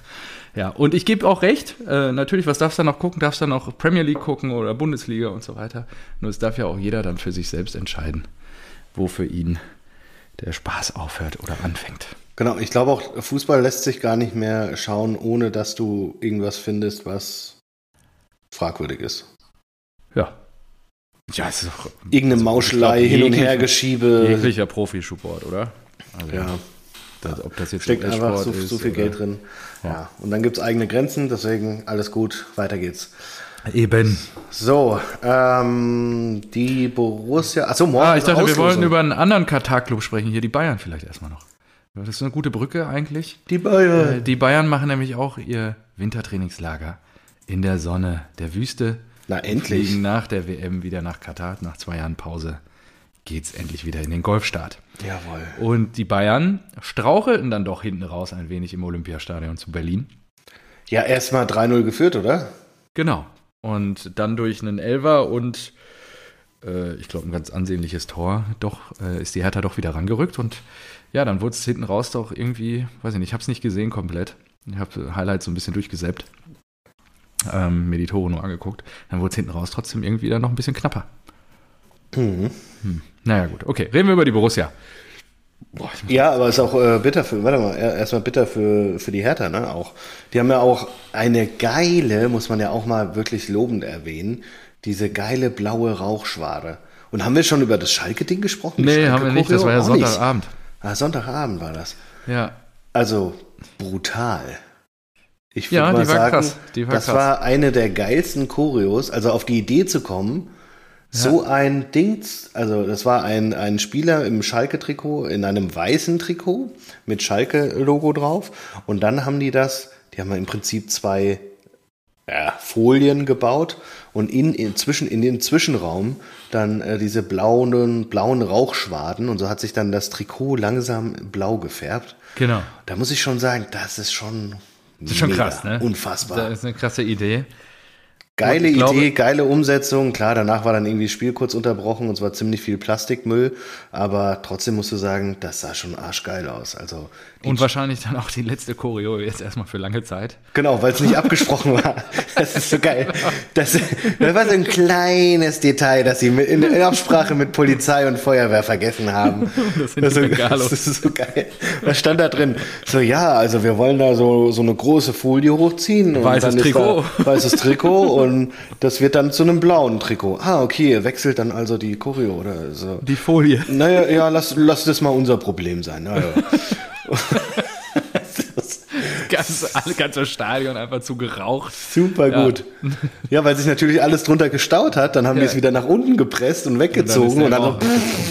[SPEAKER 1] Ja, und ich gebe auch recht. Äh, natürlich, was darfst du noch gucken? Darfst du noch Premier League gucken oder Bundesliga und so weiter? Nur es darf ja auch jeder dann für sich selbst entscheiden, wo für ihn der Spaß aufhört oder anfängt.
[SPEAKER 2] Genau, ich glaube auch, Fußball lässt sich gar nicht mehr schauen, ohne dass du irgendwas findest, was fragwürdig ist.
[SPEAKER 1] Ja. Ja, es ist doch
[SPEAKER 2] Irgendeine Mauschelei,
[SPEAKER 1] Also, ich glaub,
[SPEAKER 2] hin und
[SPEAKER 1] jeglicher-
[SPEAKER 2] her geschiebe.
[SPEAKER 1] jeglicher Profisport, oder? Also,
[SPEAKER 2] Ja,
[SPEAKER 1] das- ob das jetzt
[SPEAKER 2] steckt
[SPEAKER 1] ein
[SPEAKER 2] einfach so,
[SPEAKER 1] Sport
[SPEAKER 2] so
[SPEAKER 1] ist
[SPEAKER 2] viel
[SPEAKER 1] oder-
[SPEAKER 2] Geld drin. Ja. Und dann gibt es eigene Grenzen, deswegen alles gut, weiter geht's.
[SPEAKER 1] Eben.
[SPEAKER 2] So, ähm, die Borussia. Achso, morgen.
[SPEAKER 1] Ah, ich
[SPEAKER 2] ist
[SPEAKER 1] dachte, wir
[SPEAKER 2] Auslosung.
[SPEAKER 1] wollten über einen anderen Katar-Club sprechen. Hier die Bayern vielleicht erstmal noch. Das ist eine gute Brücke eigentlich.
[SPEAKER 2] die Bayern.
[SPEAKER 1] Äh, Die Bayern machen nämlich auch ihr Wintertrainingslager in der Sonne der Wüste.
[SPEAKER 2] Na,
[SPEAKER 1] Und
[SPEAKER 2] endlich.
[SPEAKER 1] Fliegen nach der WM wieder nach Katar. Nach zwei Jahren Pause geht's endlich wieder in den Golfstaat.
[SPEAKER 2] Jawohl.
[SPEAKER 1] Und die Bayern strauchelten dann doch hinten raus ein wenig im Olympiastadion zu Berlin.
[SPEAKER 2] Ja, erstmal 3-0 geführt, oder?
[SPEAKER 1] Genau. Und dann durch einen Elfer und äh, ich glaube ein ganz ansehnliches Tor, doch äh, ist die Hertha doch wieder rangerückt und ja, dann wurde es hinten raus doch äh, irgendwie, weiß ich nicht, ich habe es nicht gesehen komplett. Ich habe Highlights so ein bisschen durchgesäppt. ähm, mir die Tore nur angeguckt. Dann wurde es hinten raus trotzdem irgendwie dann noch ein bisschen knapper.
[SPEAKER 2] Mhm.
[SPEAKER 1] Hm. Naja, gut. Okay, reden wir über die Borussia. Boah, ich
[SPEAKER 2] Ja, aber ist auch äh, bitter für, warte mal, er- erstmal bitter für, für die Hertha, ne? Auch. Die haben ja auch eine geile, muss man ja auch mal wirklich lobend erwähnen, diese geile blaue Rauchschwade. Und haben wir schon über das Schalke-Ding gesprochen? Die
[SPEAKER 1] nee, haben wir nicht. Das war ja
[SPEAKER 2] Choreo? Auch nicht.
[SPEAKER 1] Sonntagabend.
[SPEAKER 2] Ah, Sonntagabend war das.
[SPEAKER 1] Ja.
[SPEAKER 2] Also brutal. Ich würd
[SPEAKER 1] Ja, die war krass. Die war
[SPEAKER 2] das
[SPEAKER 1] krass.
[SPEAKER 2] war eine der geilsten Choreos. Also auf die Idee zu kommen, so ein Ding, z- also das war ein, ein Spieler im Schalke-Trikot, in einem weißen Trikot mit Schalke-Logo drauf. Und dann haben die das, die haben im Prinzip zwei ja, Folien gebaut und in, in, zwischen, in den Zwischenraum dann äh, diese blauen, blauen Rauchschwaden. Und so hat sich dann das Trikot langsam blau gefärbt.
[SPEAKER 1] Genau.
[SPEAKER 2] Da muss ich schon sagen, das ist schon,
[SPEAKER 1] Das ist schon krass, ne?
[SPEAKER 2] unfassbar.
[SPEAKER 1] Das ist eine krasse Idee.
[SPEAKER 2] geile
[SPEAKER 1] ich glaube-
[SPEAKER 2] Idee, geile Umsetzung. Klar, danach war dann irgendwie das Spiel kurz unterbrochen und zwar ziemlich viel Plastikmüll, aber trotzdem musst du sagen, das sah schon arschgeil aus. Also
[SPEAKER 1] Und wahrscheinlich dann auch die letzte Choreo jetzt erstmal für lange Zeit.
[SPEAKER 2] Genau, weil es nicht abgesprochen war. Das ist so geil. Das, das war so ein kleines Detail, das sie mit- in, in Absprache mit Polizei und Feuerwehr vergessen haben.
[SPEAKER 1] Das sind die
[SPEAKER 2] ist so,
[SPEAKER 1] Bengalos.
[SPEAKER 2] das ist so geil. Was stand da drin? So, ja, also wir wollen da so, so eine große Folie hochziehen. Und
[SPEAKER 1] Weißes
[SPEAKER 2] dann ist
[SPEAKER 1] Trikot.
[SPEAKER 2] Da weißes Trikot und das wird dann zu einem blauen Trikot. Ah, okay, wechselt dann also die Choreo oder so.
[SPEAKER 1] Die Folie.
[SPEAKER 2] Naja, ja, lass, lass das mal unser Problem sein. Naja.
[SPEAKER 1] Ganz, alle- ganze Stadion einfach zu geraucht.
[SPEAKER 2] Super gut. Ja, weil sich natürlich alles drunter gestaut hat, dann haben
[SPEAKER 1] Ja.
[SPEAKER 2] die es wieder nach unten gepresst und
[SPEAKER 1] ist
[SPEAKER 2] weggezogen
[SPEAKER 1] der
[SPEAKER 2] und dann,
[SPEAKER 1] Rauch
[SPEAKER 2] so,
[SPEAKER 1] weggekommen.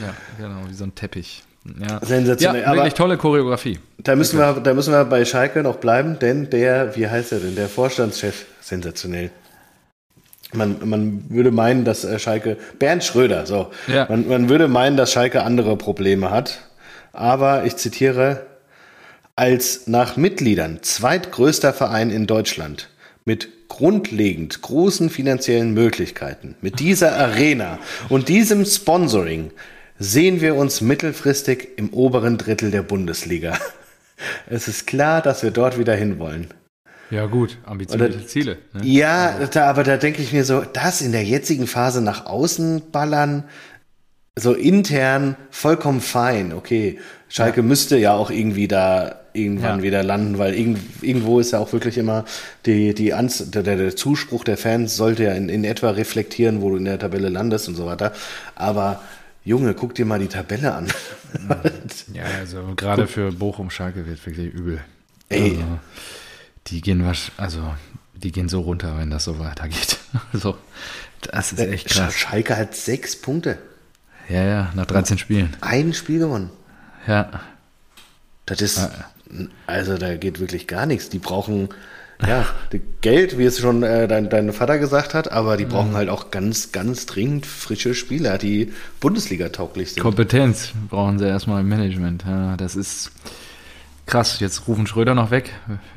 [SPEAKER 1] Ja, genau, wie so ein Teppich. Ja.
[SPEAKER 2] Sensationell,
[SPEAKER 1] Ja,
[SPEAKER 2] aber-
[SPEAKER 1] wirklich tolle Choreografie.
[SPEAKER 2] da müssen wir, da müssen wir bei Schalke noch bleiben, denn der, wie heißt er denn, der Vorstandschef, sensationell. Man, man würde meinen, dass äh, Schalke, Bernd Schröder, so.
[SPEAKER 1] Ja.
[SPEAKER 2] Man, man würde meinen, dass Schalke andere Probleme hat. Aber ich zitiere, als nach Mitgliedern zweitgrößter Verein in Deutschland mit grundlegend großen finanziellen Möglichkeiten, mit dieser Arena und diesem Sponsoring sehen wir uns mittelfristig im oberen Drittel der Bundesliga. Es ist klar, dass wir dort wieder hinwollen.
[SPEAKER 1] Ja, gut, ambitionierte
[SPEAKER 2] Oder-
[SPEAKER 1] Ziele. Ne?
[SPEAKER 2] Ja, da, aber da denke ich mir so, das in der jetzigen Phase nach außen ballern, so intern vollkommen fein. Okay, Schalke müsste ja auch irgendwie da irgendwann
[SPEAKER 1] Ja.
[SPEAKER 2] wieder landen, weil irgend, irgendwo ist ja auch wirklich immer die, die Anz der, der der Zuspruch der Fans sollte ja in, in etwa reflektieren, wo du in der Tabelle landest und so weiter. Aber Junge, guck dir mal die Tabelle an.
[SPEAKER 1] Ja, also gerade für Bochum Schalke wird wirklich übel.
[SPEAKER 2] Ey.
[SPEAKER 1] Also, die gehen wasch, also die gehen so runter, wenn das so weitergeht. Also, das ist echt
[SPEAKER 2] Sch-
[SPEAKER 1] krass.
[SPEAKER 2] Äh, Schalke hat sechs Punkte,
[SPEAKER 1] Ja, ja, nach 13 Spielen.
[SPEAKER 2] ein Spiel gewonnen.
[SPEAKER 1] Ja.
[SPEAKER 2] Das ist, also da geht wirklich gar nichts. Die brauchen, ja, die Geld, wie es schon äh, dein, dein Vater gesagt hat, aber die
[SPEAKER 1] Mhm.
[SPEAKER 2] brauchen halt auch ganz, ganz dringend frische Spieler, die Bundesliga-tauglich sind.
[SPEAKER 1] Kompetenz brauchen sie erstmal im Management. Ja, das ist krass. Jetzt rufen Schröder noch weg,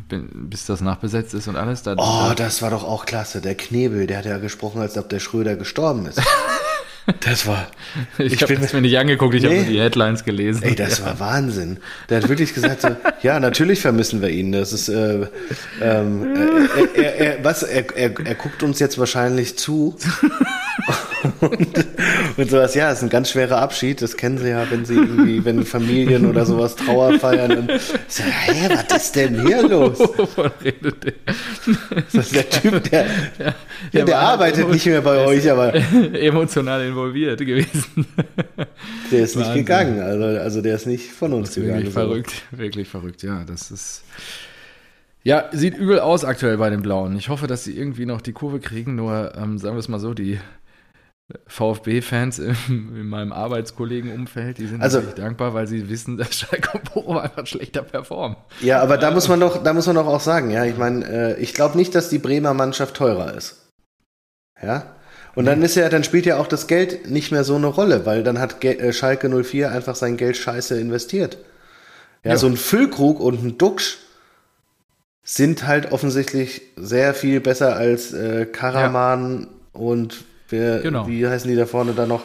[SPEAKER 1] bin- bis das nachbesetzt ist und alles. Dann,
[SPEAKER 2] Oh, das war doch auch klasse. Der Knebel, der hat ja gesprochen, als ob der Schröder gestorben ist. Das war,
[SPEAKER 1] ich
[SPEAKER 2] ich
[SPEAKER 1] habe
[SPEAKER 2] bin-
[SPEAKER 1] das mir nicht angeguckt, ich
[SPEAKER 2] Nee.
[SPEAKER 1] habe nur die Headlines gelesen.
[SPEAKER 2] Ey, das war Wahnsinn. Der hat wirklich gesagt, so, ja, natürlich vermissen wir ihn. Das ist, äh, ähm, äh, er, er, er, was, er, er, er guckt uns jetzt wahrscheinlich zu. und, und sowas, ja, ist ein ganz schwerer Abschied. Das kennen sie ja, wenn sie irgendwie, wenn Familien oder sowas Trauer feiern. Und so, hä, was ist denn hier los?
[SPEAKER 1] Wovon redet der?
[SPEAKER 2] Das ist der Typ, der, ja, der
[SPEAKER 1] war-
[SPEAKER 2] arbeitet nicht mehr bei euch, aber
[SPEAKER 1] Emotional involviert gewesen.
[SPEAKER 2] der ist nicht
[SPEAKER 1] Wahnsinn.
[SPEAKER 2] gegangen. Also, also der ist nicht von uns gegangen.
[SPEAKER 1] Wirklich verrückt, wirklich verrückt, ja, das ist. Ja, sieht übel aus aktuell bei den Blauen. Ich hoffe, dass sie irgendwie noch die Kurve kriegen, nur ähm, sagen wir es mal so, die VfB-Fans im- in meinem Arbeitskollegenumfeld, die sind
[SPEAKER 2] Also-
[SPEAKER 1] natürlich dankbar, weil sie wissen, dass Schalke und Bochum einfach schlechter performen.
[SPEAKER 2] Ja, aber da muss man doch, da muss man doch auch sagen, ja, ich meine, äh, ich glaube nicht, dass die Bremer Mannschaft teurer ist. Ja? Und dann ist ja, dann spielt ja auch das Geld nicht mehr so eine Rolle, weil dann hat Ge äh, Schalke 04 einfach sein Geld scheiße investiert. Ja,
[SPEAKER 1] Ja.
[SPEAKER 2] so ein Füllkrug und ein Duxch sind halt offensichtlich sehr viel besser als äh, Karaman und wer,
[SPEAKER 1] Genau.
[SPEAKER 2] wie heißen die da vorne da noch?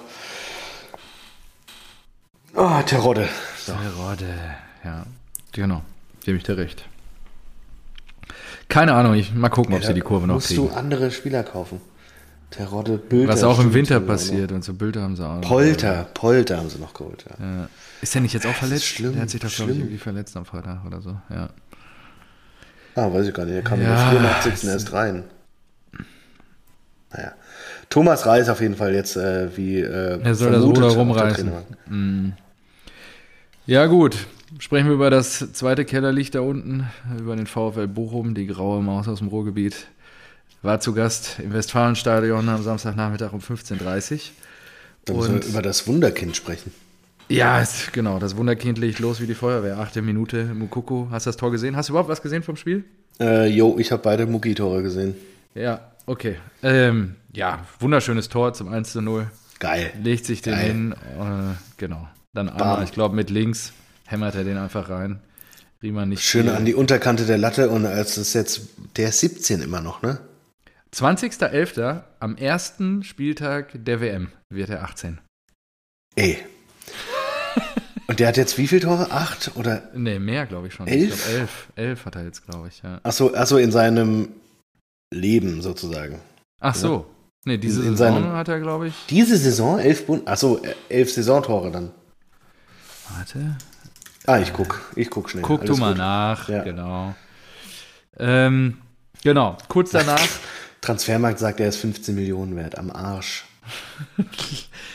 [SPEAKER 2] Ah, Terodde.
[SPEAKER 1] Terodde, ja, genau, gebe ich dir recht. Keine Ahnung, ich mal gucken, ob sie die Kurve noch
[SPEAKER 2] musst
[SPEAKER 1] kriegen.
[SPEAKER 2] du andere Spieler kaufen. Terodde, Bilder.
[SPEAKER 1] Was auch im
[SPEAKER 2] stimmt,
[SPEAKER 1] Winter
[SPEAKER 2] haben sie
[SPEAKER 1] passiert und so Bilder haben sie auch. noch.
[SPEAKER 2] noch. Polter, Polter haben sie noch geholt. Ja.
[SPEAKER 1] Ja. Ist der nicht jetzt auch verletzt?
[SPEAKER 2] schlimm,
[SPEAKER 1] der hat sich doch, glaube ich,
[SPEAKER 2] schlimm.
[SPEAKER 1] irgendwie verletzt am Freitag oder so. Ja.
[SPEAKER 2] Ah, weiß ich gar nicht. Der kam in
[SPEAKER 1] Ja,
[SPEAKER 2] der 84. erst rein. Naja. Thomas Reis auf jeden Fall jetzt äh, wie. Äh,
[SPEAKER 1] Er soll das
[SPEAKER 2] vermutet
[SPEAKER 1] Ruder
[SPEAKER 2] auf der
[SPEAKER 1] rumreißen.
[SPEAKER 2] Trainerbank.
[SPEAKER 1] Ja, gut. Sprechen wir über das zweite Kellerlicht da unten, über den VfL Bochum, die graue Maus aus dem Ruhrgebiet. War zu Gast im Westfalenstadion am Samstagnachmittag um 15.30 Uhr.
[SPEAKER 2] Dann müssen wir über das Wunderkind sprechen.
[SPEAKER 1] Ja, ist, genau, das Wunderkind legt los wie die Feuerwehr. Achte Minute, Mukoko, hast du das Tor gesehen? Hast du überhaupt was gesehen vom Spiel?
[SPEAKER 2] Äh, jo, ich habe beide Mugi-Tore gesehen.
[SPEAKER 1] Ja, okay. Ähm, ja, wunderschönes Tor zum 1 zu 0.
[SPEAKER 2] Geil.
[SPEAKER 1] Legt sich den
[SPEAKER 2] Geil.
[SPEAKER 1] hin, äh, genau. Dann einmal, ich glaube, mit links hämmert er den einfach rein. Riemann nicht.
[SPEAKER 2] Schön
[SPEAKER 1] viel.
[SPEAKER 2] an die Unterkante der Latte und als ist jetzt der ist 17 immer noch, ne?
[SPEAKER 1] 20.11. am ersten Spieltag der WM wird er 18.
[SPEAKER 2] Ey. Und der hat jetzt wie viele Tore? Acht oder?
[SPEAKER 1] Nee, mehr, glaube ich schon. Ich
[SPEAKER 2] Elf?
[SPEAKER 1] glaub, elf. Elf hat er jetzt, glaube ich, ja.
[SPEAKER 2] Achso, achso, in seinem Leben sozusagen.
[SPEAKER 1] Ach so. Nee, diese
[SPEAKER 2] In- in
[SPEAKER 1] Saison
[SPEAKER 2] seinem-
[SPEAKER 1] hat er, glaube ich.
[SPEAKER 2] Diese Saison elf Bund. Achso, äh, elf Saisontore dann.
[SPEAKER 1] Warte.
[SPEAKER 2] Ah, ich guck. Ich guck schnell.
[SPEAKER 1] Guck
[SPEAKER 2] Alles
[SPEAKER 1] du mal
[SPEAKER 2] gut.
[SPEAKER 1] nach.
[SPEAKER 2] Ja.
[SPEAKER 1] Genau. Ähm, genau. Kurz danach,
[SPEAKER 2] Transfermarkt sagt, er ist 15 Millionen wert. Am Arsch.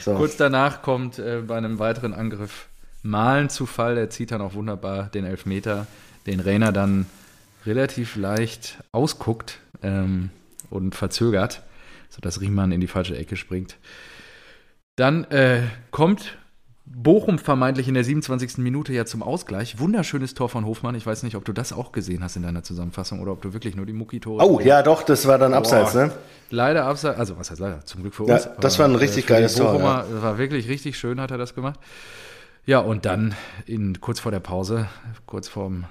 [SPEAKER 2] So.
[SPEAKER 1] kurz danach kommt äh, bei einem weiteren Angriff Malen zu Fall. Der zieht dann auch wunderbar den Elfmeter, den Rainer dann relativ leicht ausguckt ähm, und verzögert, sodass Riemann in die falsche Ecke springt. Dann äh, kommt Bochum vermeintlich in der 27. Minute ja zum Ausgleich. Wunderschönes Tor von Hofmann. Ich weiß nicht, ob du das auch gesehen hast in deiner Zusammenfassung oder ob du wirklich nur die Mucki-Tore
[SPEAKER 2] Oh, ja, doch, das war dann abseits,
[SPEAKER 1] Boah.
[SPEAKER 2] ne?
[SPEAKER 1] Leider abseits, also was heißt leider, zum Glück für
[SPEAKER 2] Ja,
[SPEAKER 1] uns. äh,
[SPEAKER 2] das war ein richtig
[SPEAKER 1] für die
[SPEAKER 2] geiles Tor,
[SPEAKER 1] Bochumer, Das war wirklich richtig schön, hat er das gemacht. Ja, und dann in, kurz vor der Pause, kurz vorm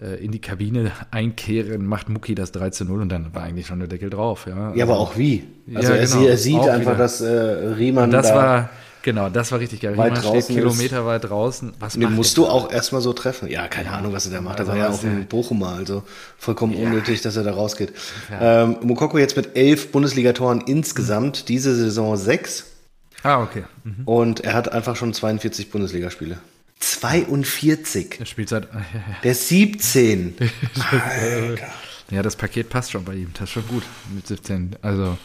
[SPEAKER 1] äh, in die Kabine einkehren, macht Mucki das 3 zu 0 und dann war eigentlich schon der Deckel drauf. Ja,
[SPEAKER 2] Ja, aber auch wie. Also
[SPEAKER 1] Ja,
[SPEAKER 2] er,
[SPEAKER 1] genau.
[SPEAKER 2] sie- er sieht
[SPEAKER 1] Auch
[SPEAKER 2] einfach,
[SPEAKER 1] wieder.
[SPEAKER 2] dass äh, Riemann
[SPEAKER 1] das
[SPEAKER 2] da,
[SPEAKER 1] war, genau, das war richtig geil.
[SPEAKER 2] Weit
[SPEAKER 1] Riemann steht
[SPEAKER 2] draußen ist-
[SPEAKER 1] Kilometer weit draußen. Was
[SPEAKER 2] Den
[SPEAKER 1] macht
[SPEAKER 2] musst
[SPEAKER 1] er?
[SPEAKER 2] du auch erstmal so treffen. Ja, keine Ahnung, was er da macht. Das
[SPEAKER 1] Also
[SPEAKER 2] war ja
[SPEAKER 1] was
[SPEAKER 2] auch ein
[SPEAKER 1] der-
[SPEAKER 2] Bochumer, also vollkommen unnötig, dass er da rausgeht. Ähm, Mukoko jetzt mit elf Bundesligatoren insgesamt, diese Saison sechs.
[SPEAKER 1] Ah, okay.
[SPEAKER 2] Und er hat einfach schon 42 Bundesligaspiele. 42.
[SPEAKER 1] Er spielt seit,
[SPEAKER 2] Der ist 17.
[SPEAKER 1] Ja, das Paket passt schon bei ihm. Das ist schon gut mit 17. Also,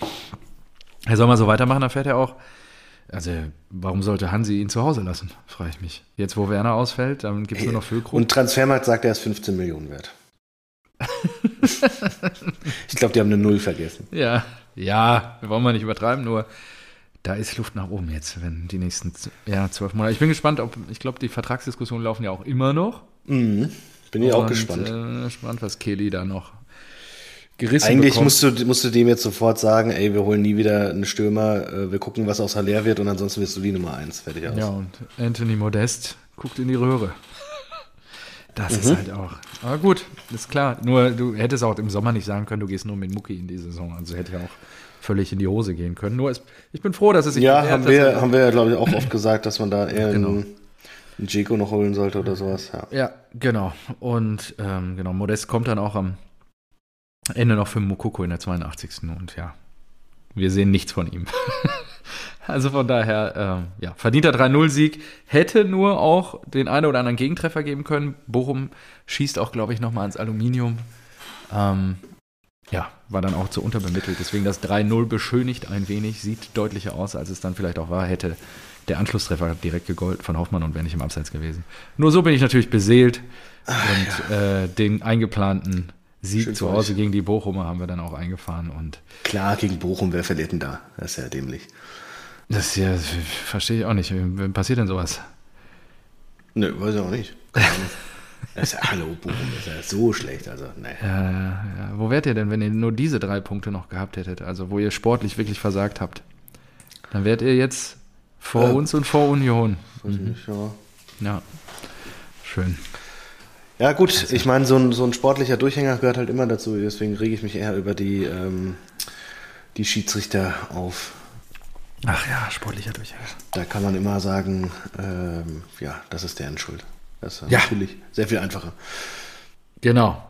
[SPEAKER 1] er soll mal so weitermachen, dann fährt er auch. Also, warum sollte Hansi ihn zu Hause lassen, frage ich mich. Jetzt, wo Werner ausfällt, dann gibt es nur noch Füllkrug.
[SPEAKER 2] Und Transfermarkt sagt, er ist 15 Millionen wert. ich glaube, die haben eine Null vergessen.
[SPEAKER 1] Ja, ja, wollen wir nicht übertreiben, nur da ist Luft nach oben jetzt, wenn die nächsten z- ja, zwölf Monate. Ich bin gespannt, ob, ich glaube, die Vertragsdiskussionen laufen ja auch immer noch.
[SPEAKER 2] Mhm. Bin ich auch
[SPEAKER 1] Und,
[SPEAKER 2] gespannt.
[SPEAKER 1] Äh, gespannt, was Kelly da noch gerissen
[SPEAKER 2] Eigentlich
[SPEAKER 1] bekommt.
[SPEAKER 2] musst du, musst du dem jetzt sofort sagen, ey, wir holen nie wieder einen Stürmer, äh, wir gucken, was aus Haller wird und ansonsten wirst du die Nummer eins Fertig aus.
[SPEAKER 1] Ja, und Anthony Modest guckt in die Röhre. Das
[SPEAKER 2] Mhm.
[SPEAKER 1] ist halt auch. Aber gut, ist klar. Nur du hättest auch im Sommer nicht sagen können, du gehst nur mit Mucki in die Saison. Also hätte ja auch völlig in die Hose gehen können. Nur es, ich bin froh, dass es sich
[SPEAKER 2] Ja,
[SPEAKER 1] bewährt
[SPEAKER 2] haben
[SPEAKER 1] hat.
[SPEAKER 2] wir, haben wir ja, glaube ich, auch oft gesagt, dass man da eher
[SPEAKER 1] Genau.
[SPEAKER 2] einen, einen Jeko noch holen sollte oder sowas. Ja.
[SPEAKER 1] Ja, genau. Und ähm, genau, Modest kommt dann auch am Ende noch für Mukoko in der 82. Und ja, wir sehen nichts von ihm. also von daher, ähm, ja, verdienter 3-0-Sieg hätte nur auch den einen oder anderen Gegentreffer geben können. Bochum schießt auch, glaube ich, nochmal ans Aluminium. Ähm, ja, war dann auch zu unterbemittelt. Deswegen das 3-0 beschönigt ein wenig, sieht deutlicher aus, als es dann vielleicht auch war. Hätte der Anschlusstreffer direkt gegolten von Hoffmann und wäre nicht im Abseits gewesen. Nur so bin ich natürlich beseelt. und äh, den eingeplanten Sieg
[SPEAKER 2] Ah, Schön
[SPEAKER 1] zu
[SPEAKER 2] für
[SPEAKER 1] Hause
[SPEAKER 2] euch.
[SPEAKER 1] gegen die Bochumer haben wir dann auch eingefahren. Und
[SPEAKER 2] Klar, gegen Bochum, wer verliert denn da? Das ist ja dämlich.
[SPEAKER 1] das hier das verstehe ich auch nicht. Wem passiert denn sowas?
[SPEAKER 2] Nö, weiß ich auch nicht. Keine Ahnung. Das ist ja, hallo, Bochum das ist ja so schlecht. Also, naja.
[SPEAKER 1] Äh, ja, wo wärt ihr denn, wenn ihr nur diese drei Punkte noch gehabt hättet? Also wo ihr sportlich wirklich versagt habt. Dann wärt ihr jetzt vor
[SPEAKER 2] Äh,
[SPEAKER 1] uns und vor Union.
[SPEAKER 2] Weiß ich nicht, ja.
[SPEAKER 1] Ja. Schön.
[SPEAKER 2] Ja gut, ich meine, so ein, so ein sportlicher Durchhänger gehört halt immer dazu, deswegen rege ich mich eher über die, ähm, die Schiedsrichter auf.
[SPEAKER 1] Ach ja, sportlicher Durchhänger.
[SPEAKER 2] Da kann man immer sagen, ähm, ja, das ist deren Schuld. Das ist
[SPEAKER 1] Ja.
[SPEAKER 2] natürlich sehr viel einfacher.
[SPEAKER 1] Genau.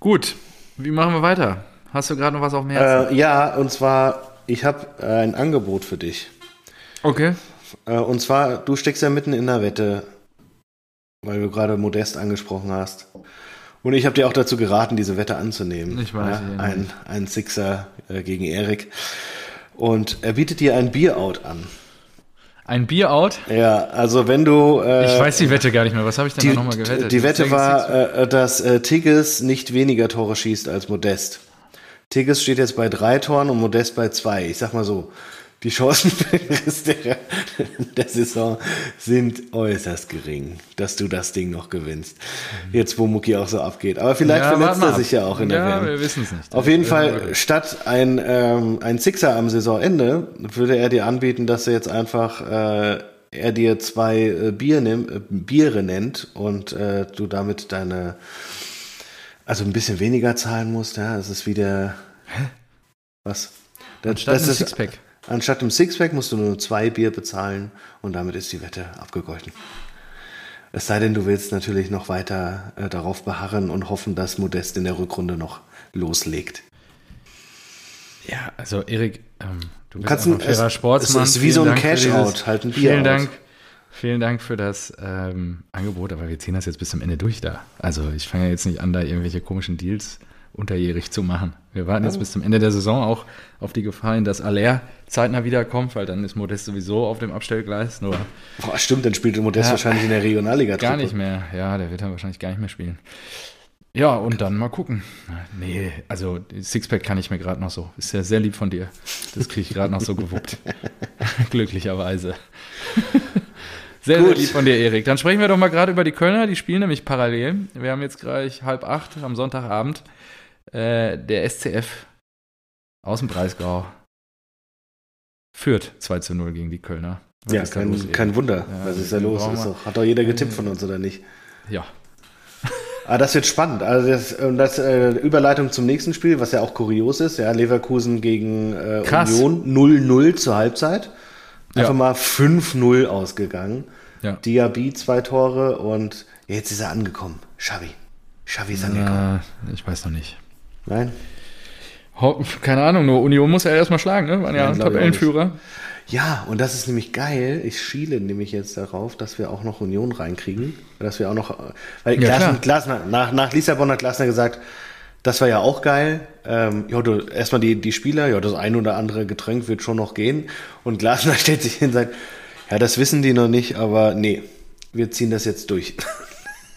[SPEAKER 1] Gut. Wie machen wir weiter? Hast du gerade noch was auf dem Herzen?
[SPEAKER 2] Äh, ja, und zwar, ich habe äh, ein Angebot für dich.
[SPEAKER 1] okay.
[SPEAKER 2] Äh, und zwar, du steckst ja mitten in der Wette, weil du gerade Modest angesprochen hast. Und ich habe dir auch dazu geraten, diese Wette anzunehmen.
[SPEAKER 1] Ich weiß, ich erinnere
[SPEAKER 2] ein, ein Sixer äh, gegen Erik. Und er bietet dir ein Bier-Out an.
[SPEAKER 1] Ein Bier-Out?
[SPEAKER 2] Ja, also wenn du... Äh,
[SPEAKER 1] Ich weiß die Wette gar nicht mehr. Was habe ich denn da
[SPEAKER 2] die,
[SPEAKER 1] nochmal gewettet?
[SPEAKER 2] die Wette
[SPEAKER 1] Sechs-
[SPEAKER 2] war, äh, dass äh, Tigges nicht weniger Tore schießt als Modest. Tigges steht jetzt bei drei Toren und Modest bei zwei. Ich sag mal so, die Chancen für den Rest der, der Saison sind äußerst gering, dass du das Ding noch gewinnst. Jetzt, wo Mucki auch so abgeht. Aber vielleicht
[SPEAKER 1] Ja, warte
[SPEAKER 2] verletzt
[SPEAKER 1] mal
[SPEAKER 2] er
[SPEAKER 1] ab.
[SPEAKER 2] sich ja auch in der
[SPEAKER 1] Ja,
[SPEAKER 2] WM.
[SPEAKER 1] wir wissen es nicht.
[SPEAKER 2] Auf jeden Fall, statt ein, ähm, ein Sixer am Saisonende, würde er dir anbieten, dass er jetzt einfach äh, er dir zwei äh, Bier nimm, äh, Biere nennt und äh, du damit deine, also ein bisschen weniger zahlen musst. Ja, es ist wieder. Was? Das,
[SPEAKER 1] Anstatt
[SPEAKER 2] das
[SPEAKER 1] einem
[SPEAKER 2] ist-
[SPEAKER 1] Sixpack.
[SPEAKER 2] Anstatt einem Sixpack musst du nur zwei Bier bezahlen und damit ist die Wette abgegolten. Es sei denn, du willst natürlich noch weiter äh, darauf beharren und hoffen, dass Modest in der Rückrunde noch loslegt.
[SPEAKER 1] Ja, also Erik, ähm, du bist
[SPEAKER 2] Kannst
[SPEAKER 1] auch ein
[SPEAKER 2] ein-
[SPEAKER 1] fairer
[SPEAKER 2] es-
[SPEAKER 1] Sportsmann.
[SPEAKER 2] es ist wie
[SPEAKER 1] Vielen
[SPEAKER 2] so ein
[SPEAKER 1] Dank für
[SPEAKER 2] Cash-Out,
[SPEAKER 1] dieses-
[SPEAKER 2] halt ein Bier
[SPEAKER 1] Vielen
[SPEAKER 2] aus.
[SPEAKER 1] Dank, vielen Dank für das ähm, Angebot, aber wir ziehen das jetzt bis zum Ende durch da. Also ich fange ja jetzt nicht an, da irgendwelche komischen Deals unterjährig zu machen. Wir warten
[SPEAKER 2] Oh.
[SPEAKER 1] jetzt bis zum Ende der Saison auch auf die Gefahr hin, dass Aller zeitnah wiederkommt, weil dann ist Modest sowieso auf dem Abstellgleis, nur
[SPEAKER 2] Boah, stimmt, dann spielt Modest wahrscheinlich in der Regionalliga.
[SPEAKER 1] gar nicht mehr. Ja, der wird dann wahrscheinlich gar nicht mehr spielen. Ja, und dann mal gucken. Nee, also Sixpack kann ich mir gerade noch so. Ist ja sehr lieb von dir. Das kriege ich gerade noch so gewuppt. Glücklicherweise. Sehr, sehr
[SPEAKER 2] Gut.
[SPEAKER 1] lieb von dir, Erik. Dann sprechen wir doch mal gerade über die Kölner. Die spielen nämlich parallel. Wir haben jetzt gleich halb acht am Sonntagabend. Äh, der SCF aus dem Breisgau führt 2 zu 0 gegen die Kölner. Was
[SPEAKER 2] Ja,
[SPEAKER 1] ist da
[SPEAKER 2] kein,
[SPEAKER 1] los, Erik?
[SPEAKER 2] kein Wunder.
[SPEAKER 1] Ja,
[SPEAKER 2] Was ist da
[SPEAKER 1] wir
[SPEAKER 2] los?
[SPEAKER 1] brauchen
[SPEAKER 2] Ist
[SPEAKER 1] mal-
[SPEAKER 2] doch, hat doch jeder getippt von uns, oder nicht?
[SPEAKER 1] Ja,
[SPEAKER 2] Ah, das wird spannend. Also das, ähm, das äh, Überleitung zum nächsten Spiel, was ja auch kurios ist. Ja, Leverkusen gegen äh,
[SPEAKER 1] Krass.
[SPEAKER 2] Union 0-0 zur Halbzeit. Einfach
[SPEAKER 1] Ja.
[SPEAKER 2] mal 5-0 ausgegangen.
[SPEAKER 1] ja.
[SPEAKER 2] Diaby zwei Tore und jetzt ist er angekommen. Xavi. Xavi ist angekommen.
[SPEAKER 1] Äh, ich weiß noch nicht.
[SPEAKER 2] Nein?
[SPEAKER 1] Ho- Keine Ahnung, nur Union muss ja erstmal schlagen, ne? Waren ja,
[SPEAKER 2] Nein, glaub ich auch
[SPEAKER 1] Tabellenführer.
[SPEAKER 2] Ja, und das ist nämlich geil. Ich schiele nämlich jetzt darauf, dass wir auch noch Union reinkriegen. Dass wir auch noch. äh, Weil
[SPEAKER 1] Ja,
[SPEAKER 2] Glasner,
[SPEAKER 1] klar.
[SPEAKER 2] Glasner, nach, nach Lissabon hat Glasner gesagt, das war ja auch geil. Ähm, ja, du, erstmal die, die Spieler, ja, das ein oder andere Getränk wird schon noch gehen. Und Glasner stellt sich hin und sagt, ja, das wissen die noch nicht, aber nee, wir ziehen das jetzt durch.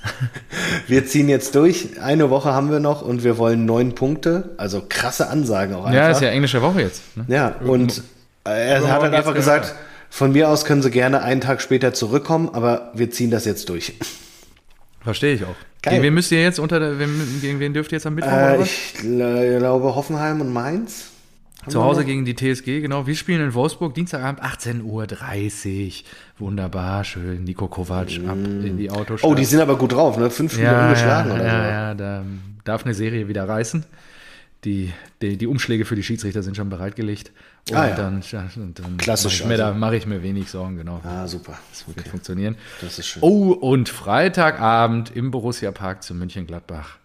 [SPEAKER 2] wir ziehen jetzt durch. Eine Woche haben wir noch und wir wollen neun Punkte. Also krasse Ansagen auch einfach.
[SPEAKER 1] Ja, ist ja englische Woche jetzt. Ne?
[SPEAKER 2] Ja, und äh, er hat
[SPEAKER 1] übermorgen
[SPEAKER 2] dann einfach
[SPEAKER 1] geht's
[SPEAKER 2] gesagt, von mir aus können sie gerne einen Tag später zurückkommen, aber wir ziehen das jetzt durch.
[SPEAKER 1] Verstehe ich auch.
[SPEAKER 2] Geil.
[SPEAKER 1] Gegen wen müsst ihr jetzt unter der, wen, gegen wen dürft ihr jetzt am Mittwoch oder
[SPEAKER 2] Äh,
[SPEAKER 1] was?
[SPEAKER 2] ich gl- glaube Hoffenheim und Mainz.
[SPEAKER 1] Zu Hause gegen die TSG, genau. Wir spielen in Wolfsburg Dienstagabend 18.30 Uhr. Wunderbar, schön. Nico Kovac ab in die Autos.
[SPEAKER 2] Oh, die sind aber gut drauf, ne? Fünf Spiele
[SPEAKER 1] ja,
[SPEAKER 2] ungeschlagen
[SPEAKER 1] ja,
[SPEAKER 2] oder
[SPEAKER 1] ja,
[SPEAKER 2] so.
[SPEAKER 1] ja, da darf eine Serie wieder reißen. Die, die, die Umschläge für die Schiedsrichter sind schon bereitgelegt. Und
[SPEAKER 2] Ah, ja.
[SPEAKER 1] dann, dann
[SPEAKER 2] Klassisch
[SPEAKER 1] mache ich,
[SPEAKER 2] also.
[SPEAKER 1] also. mach ich mir wenig Sorgen, genau.
[SPEAKER 2] Ah, super.
[SPEAKER 1] Das wird funktionieren.
[SPEAKER 2] Das ist schön.
[SPEAKER 1] Oh, und Freitagabend im Borussia Park zu Mönchengladbach.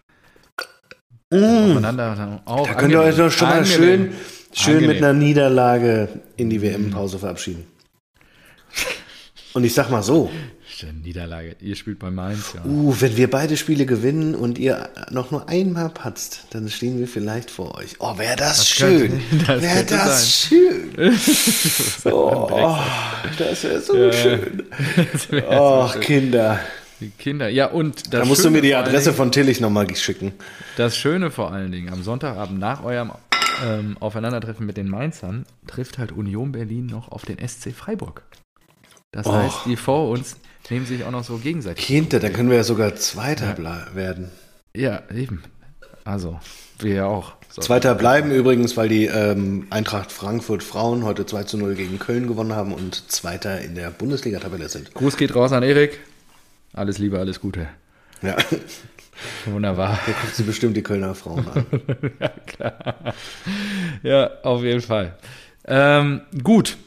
[SPEAKER 2] Oh, mm,
[SPEAKER 1] Aufeinander auch
[SPEAKER 2] Hm. Da könnt ihr euch doch schon mal schön, schön mit
[SPEAKER 1] Angenehm.
[SPEAKER 2] einer Niederlage in die WM-Pause verabschieden. Und ich sag mal so,
[SPEAKER 1] schön. Niederlage. Ihr spielt bei Mainz, ja.
[SPEAKER 2] uh, wenn wir beide Spiele gewinnen und ihr noch nur einmal patzt, dann stehen wir vielleicht vor euch. Oh, wäre das, schön.
[SPEAKER 1] könnte- das
[SPEAKER 2] Wäre
[SPEAKER 1] könnte
[SPEAKER 2] das schön. so, oh, das wäre so schön. Ach, Kinder.
[SPEAKER 1] Die Kinder. Ja, und das
[SPEAKER 2] Da musst du mir die
[SPEAKER 1] vor allen
[SPEAKER 2] Adresse von Tillich nochmal schicken.
[SPEAKER 1] Dingen, Das Schöne vor allen Dingen, am Sonntagabend nach eurem ähm, Aufeinandertreffen mit den Mainzern, trifft halt Union Berlin noch auf den SC Freiburg. Das
[SPEAKER 2] Och.
[SPEAKER 1] heißt, die vor uns nehmen sich auch noch so gegenseitig.
[SPEAKER 2] Kinder, dann können wir ja sogar Zweiter ble- werden.
[SPEAKER 1] Ja, eben. Also, wir ja auch. So.
[SPEAKER 2] Zweiter bleiben übrigens, weil die ähm, Eintracht Frankfurt Frauen heute 2 zu 0 gegen Köln gewonnen haben und Zweiter in der Bundesliga-Tabelle sind.
[SPEAKER 1] Gruß geht raus an Erik. Alles Liebe, alles Gute.
[SPEAKER 2] Ja,
[SPEAKER 1] Wunderbar.
[SPEAKER 2] guckt sie bestimmt die Kölner Frauen an.
[SPEAKER 1] ja, klar. Ja, auf jeden Fall. Ähm, gut.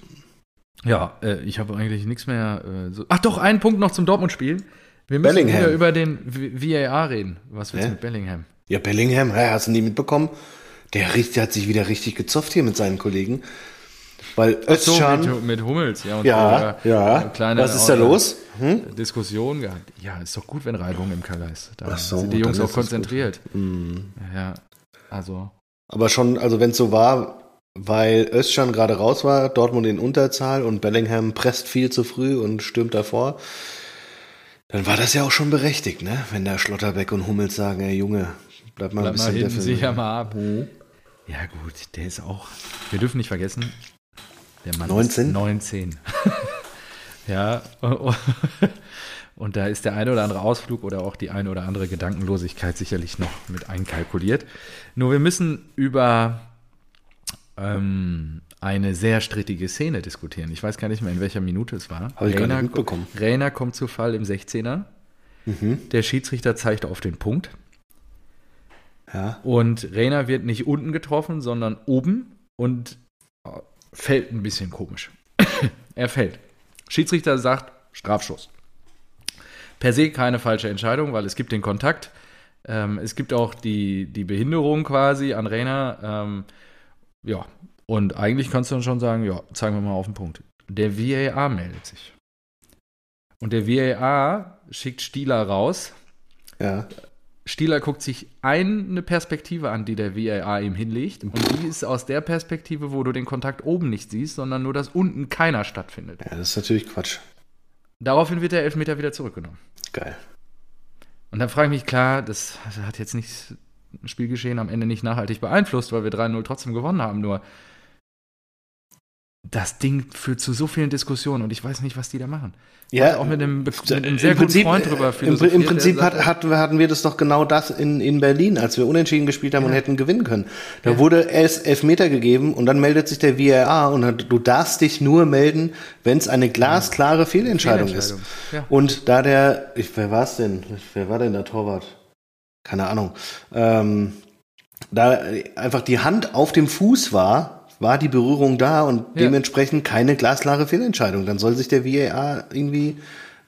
[SPEAKER 1] Ja, äh, ich habe eigentlich nichts mehr. Äh, so. Ach doch, einen Punkt noch zum Dortmund-Spiel. Wir müssen
[SPEAKER 2] Bellingham.
[SPEAKER 1] wieder über den V- VAR reden. Was willst du
[SPEAKER 2] Hä?
[SPEAKER 1] mit Bellingham?
[SPEAKER 2] Ja, Bellingham, hä, hast du nie mitbekommen? Der, richt- der hat sich wieder richtig gezofft hier mit seinen Kollegen. Weil
[SPEAKER 1] So,
[SPEAKER 2] Özcan,
[SPEAKER 1] mit, mit Hummels. Ja, und
[SPEAKER 2] Äh, ja,
[SPEAKER 1] so, äh,
[SPEAKER 2] ja,
[SPEAKER 1] eine kleine
[SPEAKER 2] was ist da los? Hm?
[SPEAKER 1] Diskussion gehabt. Ja, ist doch gut, wenn Reibung im Keller ist. Da
[SPEAKER 2] Ach so,
[SPEAKER 1] sind die Jungs
[SPEAKER 2] dann
[SPEAKER 1] auch
[SPEAKER 2] ist das gut.
[SPEAKER 1] konzentriert. Ja, also
[SPEAKER 2] Aber schon, also wenn es so war, weil Özcan gerade raus war, Dortmund in Unterzahl und Bellingham presst viel zu früh und stürmt davor, dann war das ja auch schon berechtigt, ne? Wenn da Schlotterbeck und Hummels sagen, ey Junge, bleib mal
[SPEAKER 1] bleib
[SPEAKER 2] ein
[SPEAKER 1] mal
[SPEAKER 2] bisschen
[SPEAKER 1] hinten, sieh ja
[SPEAKER 2] dafür.
[SPEAKER 1] mal ab. Oh. Ja gut, der ist auch, wir dürfen nicht vergessen, der Mann
[SPEAKER 2] 19?
[SPEAKER 1] ist 19. ja, und da ist der eine oder andere Ausflug oder auch die eine oder andere Gedankenlosigkeit sicherlich noch mit einkalkuliert. Nur wir müssen über ähm, eine sehr strittige Szene diskutieren. Ich weiß gar nicht mehr, in welcher Minute es war.
[SPEAKER 2] Hab ich gar nicht
[SPEAKER 1] Reiner-
[SPEAKER 2] mitbekommen. Mhm.
[SPEAKER 1] Reiner kommt zu Fall im 16er. Der Schiedsrichter zeigt auf den Punkt.
[SPEAKER 2] Ja.
[SPEAKER 1] Und Rena wird nicht unten getroffen, sondern oben und äh, fällt ein bisschen komisch. er fällt. Schiedsrichter sagt Strafschuss. Per se keine falsche Entscheidung, weil es gibt den Kontakt. Ähm, es gibt auch die, die Behinderung quasi an Rena. Ähm, ja, und eigentlich kannst du dann schon sagen, ja, zeigen wir mal auf den Punkt. Der VAR meldet sich. Und der VAR schickt Stieler raus
[SPEAKER 2] Ja.
[SPEAKER 1] Stieler guckt sich eine Perspektive an, die der VAR ihm hinlegt. Und die ist aus der Perspektive, wo du den Kontakt oben nicht siehst, sondern nur, dass unten keiner stattfindet.
[SPEAKER 2] ja, das ist natürlich Quatsch.
[SPEAKER 1] Daraufhin wird der Elfmeter wieder zurückgenommen.
[SPEAKER 2] Geil.
[SPEAKER 1] Und dann frage ich mich, klar, das hat jetzt nicht das Spielgeschehen am Ende nicht nachhaltig beeinflusst, weil wir 3-0 trotzdem gewonnen haben. Nur das Ding führt zu so vielen Diskussionen und ich weiß nicht, was die da machen.
[SPEAKER 2] Ja,
[SPEAKER 1] Auch mit einem, mit einem
[SPEAKER 2] Im
[SPEAKER 1] sehr guten
[SPEAKER 2] Prinzip- äh,
[SPEAKER 1] Freund drüber
[SPEAKER 2] Im,
[SPEAKER 1] philosophiert,
[SPEAKER 2] Im
[SPEAKER 1] der
[SPEAKER 2] Prinzip
[SPEAKER 1] sagt,
[SPEAKER 2] hat, hatten, wir, hatten wir das doch genau das in, in Berlin, als wir unentschieden gespielt haben und hätten gewinnen können. Da wurde es Elfmeter gegeben und dann meldet sich der VAR und hat, du darfst dich nur melden, wenn es eine glasklare Fehlentscheidung, ist.
[SPEAKER 1] Fehlentscheidung, ja.
[SPEAKER 2] Und da der, ich, wer war es denn? Wer war denn der Torwart? Keine Ahnung. Ähm, da einfach die Hand auf dem Fuß war, war die Berührung da und
[SPEAKER 1] Ja.
[SPEAKER 2] dementsprechend keine glasklare Fehlentscheidung. Dann soll sich der VAR irgendwie,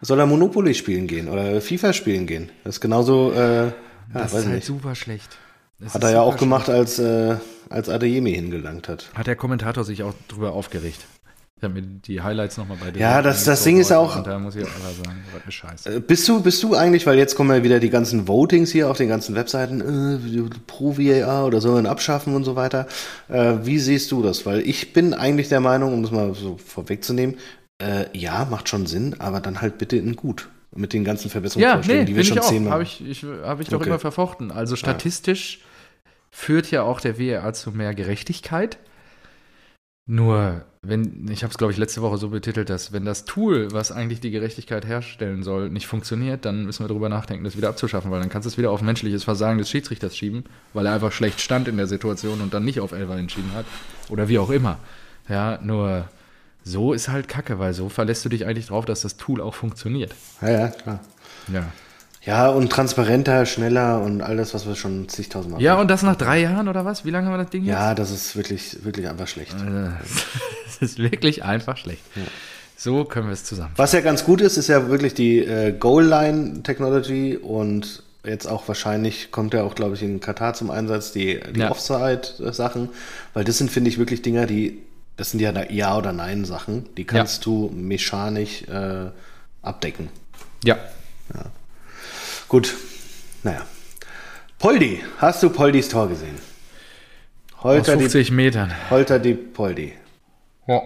[SPEAKER 2] soll er Monopoly spielen gehen oder FIFA spielen gehen. Das ist genauso, äh, ja,
[SPEAKER 1] das
[SPEAKER 2] weiß
[SPEAKER 1] ist halt
[SPEAKER 2] nicht.
[SPEAKER 1] super schlecht. Das
[SPEAKER 2] Hat
[SPEAKER 1] ist
[SPEAKER 2] er ja
[SPEAKER 1] super
[SPEAKER 2] auch
[SPEAKER 1] schlecht.
[SPEAKER 2] gemacht, als, äh, als Adeyemi hingelangt hat.
[SPEAKER 1] Hat der Kommentator sich auch drüber aufgeregt. Ich habe mir die Highlights nochmal bei dir.
[SPEAKER 2] Ja, das- das Ding ist auch-
[SPEAKER 1] Und da muss ich auch einfach sagen, was eine Scheiße.
[SPEAKER 2] Äh, Bist du, bist du eigentlich, weil jetzt kommen ja wieder die ganzen Votings hier auf den ganzen Webseiten, äh, pro VAR oder sollen abschaffen und so weiter. Äh, wie siehst du das? Weil ich bin eigentlich der Meinung, um das mal so vorwegzunehmen, äh, ja, macht schon Sinn, aber dann halt bitte in gut. Mit den ganzen
[SPEAKER 1] Ja,
[SPEAKER 2] Verbesserungsvorschlägen,
[SPEAKER 1] nee,
[SPEAKER 2] die
[SPEAKER 1] bin
[SPEAKER 2] wir
[SPEAKER 1] ich
[SPEAKER 2] schon
[SPEAKER 1] auch.
[SPEAKER 2] zehnmal.
[SPEAKER 1] Habe ich, ich, hab ich doch
[SPEAKER 2] Okay. Ah.
[SPEAKER 1] immer verfochten. Also statistisch führt ja auch der WER zu mehr Gerechtigkeit. Nur, wenn, ich habe es, glaube ich, letzte Woche so betitelt, dass wenn das Tool, was eigentlich die Gerechtigkeit herstellen soll, nicht funktioniert, dann müssen wir darüber nachdenken, das wieder abzuschaffen, weil dann kannst du es wieder auf menschliches Versagen des Schiedsrichters schieben, weil er einfach schlecht stand in der Situation und dann nicht auf Elfer entschieden hat. Oder wie auch immer. Ja, nur so ist halt Kacke, weil so verlässt du dich eigentlich drauf, dass das Tool auch funktioniert.
[SPEAKER 2] ja, ja, klar.
[SPEAKER 1] Ja.
[SPEAKER 2] Ja, und transparenter, schneller und all das, was wir schon zigtausendmal
[SPEAKER 1] Ja, und das nach drei Jahren oder was? Wie lange war das Ding
[SPEAKER 2] ja, das ist wirklich, wirklich einfach schlecht.
[SPEAKER 1] jetzt? Das ist wirklich einfach schlecht. So können wir es zusammen.
[SPEAKER 2] Was ja ganz gut ist, ist ja wirklich die äh, Goal-Line-Technology und jetzt auch wahrscheinlich kommt ja auch, glaube ich, in Katar zum Einsatz die, die
[SPEAKER 1] Ja.
[SPEAKER 2] Offside-Sachen, weil das sind, finde ich, wirklich Dinger, die, das sind ja da Ja- oder Nein-Sachen, die kannst du mechanisch äh, abdecken.
[SPEAKER 1] Ja.
[SPEAKER 2] Gut, naja. Poldi, hast du Poldis Tor gesehen?
[SPEAKER 1] Aus
[SPEAKER 2] Holter die,
[SPEAKER 1] 50 Metern.
[SPEAKER 2] Holter die Poldi.
[SPEAKER 1] Ja.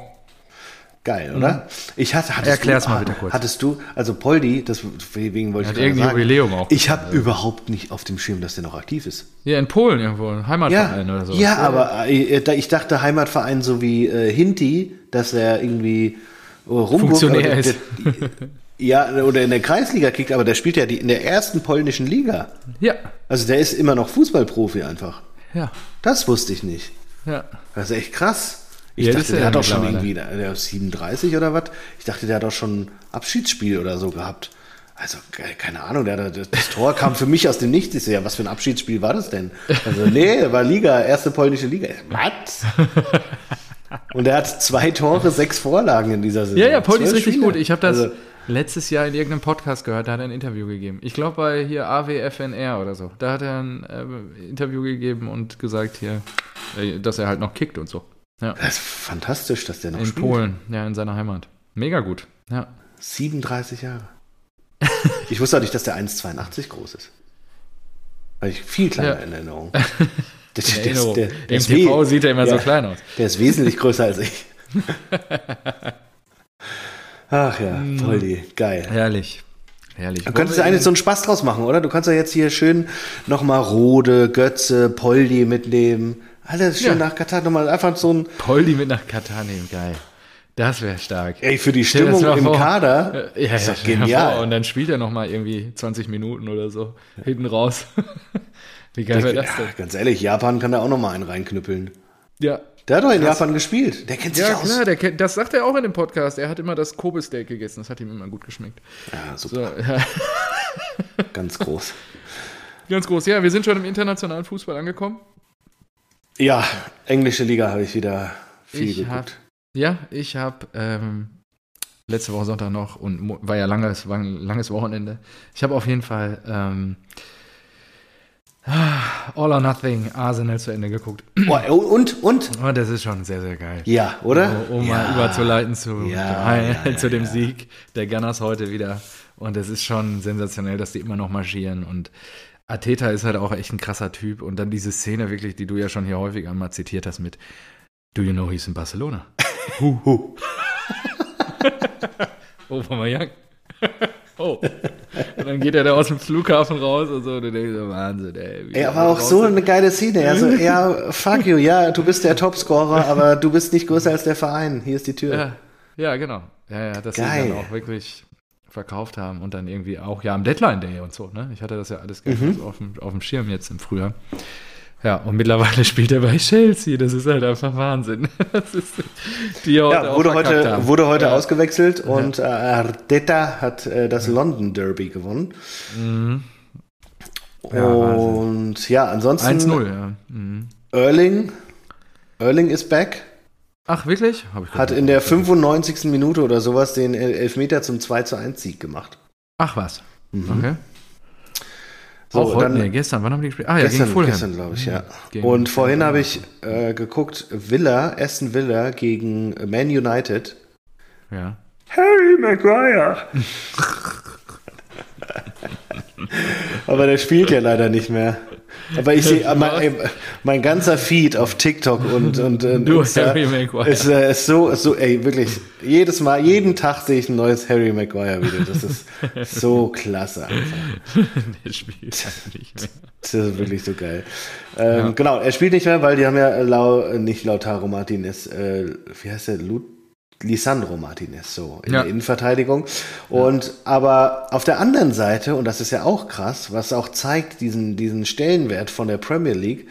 [SPEAKER 2] Geil, oder? Ich hatte, hattest
[SPEAKER 1] Mhm. Erklär's
[SPEAKER 2] du,
[SPEAKER 1] mal bitte kurz.
[SPEAKER 2] Hattest du, also Poldi, das, wegen wollte
[SPEAKER 1] Hat
[SPEAKER 2] ich gerade
[SPEAKER 1] irgendein
[SPEAKER 2] sagen,
[SPEAKER 1] Jubiläum auch.
[SPEAKER 2] Ich habe überhaupt nicht auf dem Schirm, dass der noch aktiv ist.
[SPEAKER 1] Hier in Polen irgendwo, ein Heimatverein oder so.
[SPEAKER 2] ja aber äh, da- ich dachte Heimatverein so wie äh, Hinti, dass er irgendwie äh, rumguckt.
[SPEAKER 1] Funktionär
[SPEAKER 2] aber der-
[SPEAKER 1] ist.
[SPEAKER 2] der- Ja, oder in der Kreisliga kickt, aber der spielt ja die, in der ersten polnischen Liga.
[SPEAKER 1] Ja.
[SPEAKER 2] Also der ist immer noch Fußballprofi einfach.
[SPEAKER 1] Ja.
[SPEAKER 2] Das wusste ich nicht.
[SPEAKER 1] Ja.
[SPEAKER 2] Das ist echt krass. Ich
[SPEAKER 1] Ja, das ist
[SPEAKER 2] dachte, der
[SPEAKER 1] er
[SPEAKER 2] hat doch schon
[SPEAKER 1] mittlerweile.
[SPEAKER 2] irgendwie, der ist 37 oder was? Ich dachte, der hat doch schon ein Abschiedsspiel oder so gehabt. Also, ke- keine Ahnung, der, hat- das Tor kam für mich aus dem Nichts. Ich so, ja, was für ein Abschiedsspiel war das denn? Also, nee, war Liga, erste polnische Liga. Was? Und er hat zwei Tore, sechs Vorlagen in dieser Saison.
[SPEAKER 1] Ja, ja, Poldi ist
[SPEAKER 2] Zwölf
[SPEAKER 1] richtig
[SPEAKER 2] Spiele.
[SPEAKER 1] gut. Ich habe das
[SPEAKER 2] Also,
[SPEAKER 1] letztes Jahr in irgendeinem Podcast gehört, da hat er ein Interview gegeben. Ich glaube bei hier AWFNR oder so. Da hat er ein äh, Interview gegeben und gesagt hier, äh, dass er halt noch kickt und so. Ja,
[SPEAKER 2] das ist fantastisch, dass der noch
[SPEAKER 1] in
[SPEAKER 2] spielt.
[SPEAKER 1] Polen, ja, in seiner Heimat. Mega gut. Ja.
[SPEAKER 2] 37 Jahre. Ich wusste auch nicht, dass der 1,82 groß ist. Habe ich viel kleiner
[SPEAKER 1] Ja.
[SPEAKER 2] in Erinnerung. Der, der, der,
[SPEAKER 1] Erinnerung.
[SPEAKER 2] der, der,
[SPEAKER 1] Im
[SPEAKER 2] ist we-
[SPEAKER 1] TV sieht er immer
[SPEAKER 2] Ja.
[SPEAKER 1] so klein aus.
[SPEAKER 2] der ist wesentlich größer als ich. Ach ja,
[SPEAKER 1] Hm.
[SPEAKER 2] Poldi, geil.
[SPEAKER 1] Herrlich. Herrlich.
[SPEAKER 2] Du könntest ja eigentlich so einen Spaß draus machen, oder? Du kannst ja jetzt hier schön nochmal Rode, Götze, Poldi mitnehmen. Alles schön
[SPEAKER 1] Ja.
[SPEAKER 2] nach Katar nochmal einfach so ein,
[SPEAKER 1] Poldi mit nach Katar nehmen, geil. Das wäre stark.
[SPEAKER 2] ey, für die
[SPEAKER 1] Stell dir das
[SPEAKER 2] Stimmung
[SPEAKER 1] mal
[SPEAKER 2] im
[SPEAKER 1] vor.
[SPEAKER 2] Kader.
[SPEAKER 1] Äh, Ja,
[SPEAKER 2] ist
[SPEAKER 1] ja,
[SPEAKER 2] doch
[SPEAKER 1] stell dir
[SPEAKER 2] genial.
[SPEAKER 1] Vor. Und dann spielt er nochmal irgendwie 20 Minuten oder so hinten raus. Wie geil wäre
[SPEAKER 2] ja,
[SPEAKER 1] das denn?
[SPEAKER 2] ganz ehrlich, Japan kann da auch nochmal einen reinknüppeln.
[SPEAKER 1] Ja.
[SPEAKER 2] Der hat doch in Japan gespielt. Der kennt sich
[SPEAKER 1] Ja,
[SPEAKER 2] aus.
[SPEAKER 1] klar, der, kennt- das sagt er auch in dem Podcast. Er hat immer das Kobe-Steak gegessen. Das hat ihm immer gut geschmeckt.
[SPEAKER 2] Ja, super,
[SPEAKER 1] So, ja.
[SPEAKER 2] ganz groß.
[SPEAKER 1] Ganz groß. Ja, wir sind schon im internationalen Fußball angekommen.
[SPEAKER 2] Ja, englische Liga habe ich wieder viel
[SPEAKER 1] Ich hab-
[SPEAKER 2] geguckt.
[SPEAKER 1] Ja, ich habe ähm, letzte Woche Sonntag noch und mo- war ja langes, war ein langes Wochenende. Ich habe auf jeden Fall ähm, ah, All or Nothing Arsenal zu Ende geguckt.
[SPEAKER 2] Oh, und, und?
[SPEAKER 1] Und das ist schon sehr, sehr geil.
[SPEAKER 2] Ja, oder?
[SPEAKER 1] Um mal
[SPEAKER 2] ja.
[SPEAKER 1] überzuleiten zu,
[SPEAKER 2] Ja, ja,
[SPEAKER 1] zu
[SPEAKER 2] ja,
[SPEAKER 1] dem
[SPEAKER 2] ja.
[SPEAKER 1] Sieg der Gunners heute wieder. Und es ist schon sensationell, dass die immer noch marschieren. Und Ateta ist halt auch echt ein krasser Typ. Und dann diese Szene wirklich, die du ja schon hier häufiger mal zitiert hast mit Do you know he's in Barcelona?
[SPEAKER 2] Hu, hu.
[SPEAKER 1] Oh, Young. oh. Und dann geht er da aus dem Flughafen raus und so. Und du denkst, so, Wahnsinn, ey. wie die
[SPEAKER 2] Ey, aber
[SPEAKER 1] alle
[SPEAKER 2] auch
[SPEAKER 1] raus
[SPEAKER 2] so
[SPEAKER 1] sind.
[SPEAKER 2] eine geile Szene. Also, ja, fuck you, ja, du bist der Topscorer, aber du bist nicht größer als der Verein. Hier ist die Tür.
[SPEAKER 1] Ja, ja genau. Ja, ja, dass
[SPEAKER 2] Geil.
[SPEAKER 1] sie dann auch wirklich verkauft haben und dann irgendwie auch ja am Deadline Day und so, ne? Ich hatte das ja alles gar
[SPEAKER 2] Mhm.
[SPEAKER 1] nicht so auf dem, auf dem Schirm jetzt im Frühjahr. Ja, und mittlerweile spielt er bei Chelsea. Das ist halt einfach Wahnsinn. Das ist, die ja, heute
[SPEAKER 2] Ja,
[SPEAKER 1] auch
[SPEAKER 2] wurde
[SPEAKER 1] verkackt
[SPEAKER 2] heute,
[SPEAKER 1] haben.
[SPEAKER 2] wurde heute ausgewechselt und äh, Arteta hat äh, das London Derby gewonnen.
[SPEAKER 1] Mhm. Ja, Wahnsinn.
[SPEAKER 2] und ja, ansonsten
[SPEAKER 1] 1-0, ja. Mhm.
[SPEAKER 2] Erling, Erling ist back,
[SPEAKER 1] Ach, wirklich? Hab ich
[SPEAKER 2] hat
[SPEAKER 1] gedacht.
[SPEAKER 2] in der 95. Minute oder sowas den El- Elfmeter zum 2 zu 1 Sieg gemacht. Mhm.
[SPEAKER 1] Ach was. Okay.
[SPEAKER 2] So,
[SPEAKER 1] Mhm. auch heute,
[SPEAKER 2] dann-
[SPEAKER 1] nee, gestern, wann haben die gespielt? Ah ja,
[SPEAKER 2] Gestern,
[SPEAKER 1] gegen Fulham. Mhm.
[SPEAKER 2] gestern glaube ich, ja.
[SPEAKER 1] Gegen
[SPEAKER 2] Und vorhin habe ich äh, geguckt, Villa, Aston Villa gegen Man United.
[SPEAKER 1] Ja.
[SPEAKER 2] Harry Maguire. Aber der spielt ja leider nicht mehr. Aber ich sehe, mein, mein ganzer Feed auf TikTok und, und, und
[SPEAKER 1] Du, Harry Maguire.
[SPEAKER 2] Ist, äh, ist so, ist so, ey, wirklich, jedes Mal, jeden Tag sehe ich ein neues Harry Maguire-Video. Das ist so klasse.
[SPEAKER 1] der spielt halt nicht mehr.
[SPEAKER 2] Das ist wirklich so geil. Ähm, Genau, er spielt nicht mehr, weil die haben ja Lau, äh, nicht Lautaro Martinez, äh, wie heißt der? Lu, Lisandro Martinez, so in
[SPEAKER 1] Ja.
[SPEAKER 2] der Innenverteidigung. Und aber auf der anderen Seite, und das ist ja auch krass, was auch zeigt diesen, diesen Stellenwert von der Premier League,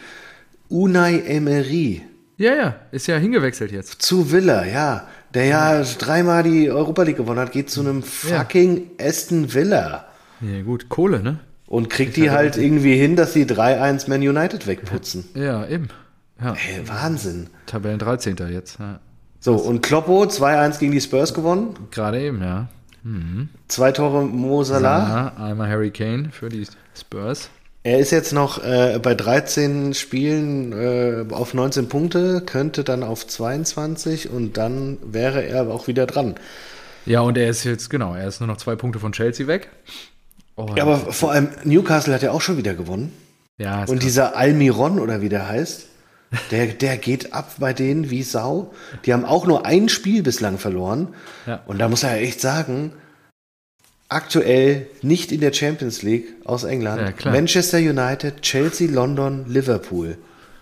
[SPEAKER 2] Unai Emery
[SPEAKER 1] Ja, ja, ist ja hingewechselt jetzt.
[SPEAKER 2] zu Villa, ja, der ja dreimal die Europa League gewonnen hat, geht zu einem fucking Aston Villa.
[SPEAKER 1] Ja, gut, Kohle, ne?
[SPEAKER 2] Und kriegt die halt irgendwie hin, dass sie 3-1 Man United wegputzen.
[SPEAKER 1] Ja, eben. Ja,
[SPEAKER 2] Ey, Wahnsinn.
[SPEAKER 1] Tabellen 13. jetzt. Ja.
[SPEAKER 2] So, und Kloppo 2-1 gegen die Spurs gewonnen.
[SPEAKER 1] Gerade eben, ja.
[SPEAKER 2] Zwei Tore Mo Salah.
[SPEAKER 1] Ah, einmal Harry Kane für die Spurs.
[SPEAKER 2] Er ist jetzt noch äh, bei 13 Spielen äh, auf 19 Punkte, könnte dann auf 22 und dann wäre er aber auch wieder dran.
[SPEAKER 1] Ja, und er ist jetzt, genau, er ist nur noch zwei Punkte von Chelsea weg. Oh,
[SPEAKER 2] Ja, aber vor allem Newcastle hat ja auch schon wieder gewonnen.
[SPEAKER 1] ja, ist
[SPEAKER 2] Und
[SPEAKER 1] krass.
[SPEAKER 2] dieser Almiron oder wie der heißt, der, der geht ab bei denen wie Sau. Die haben auch nur ein Spiel bislang verloren.
[SPEAKER 1] Ja.
[SPEAKER 2] Und da muss er echt sagen, aktuell nicht in der Champions League aus
[SPEAKER 1] Ja,
[SPEAKER 2] England.
[SPEAKER 1] klar.
[SPEAKER 2] Manchester United, Chelsea, London, Liverpool.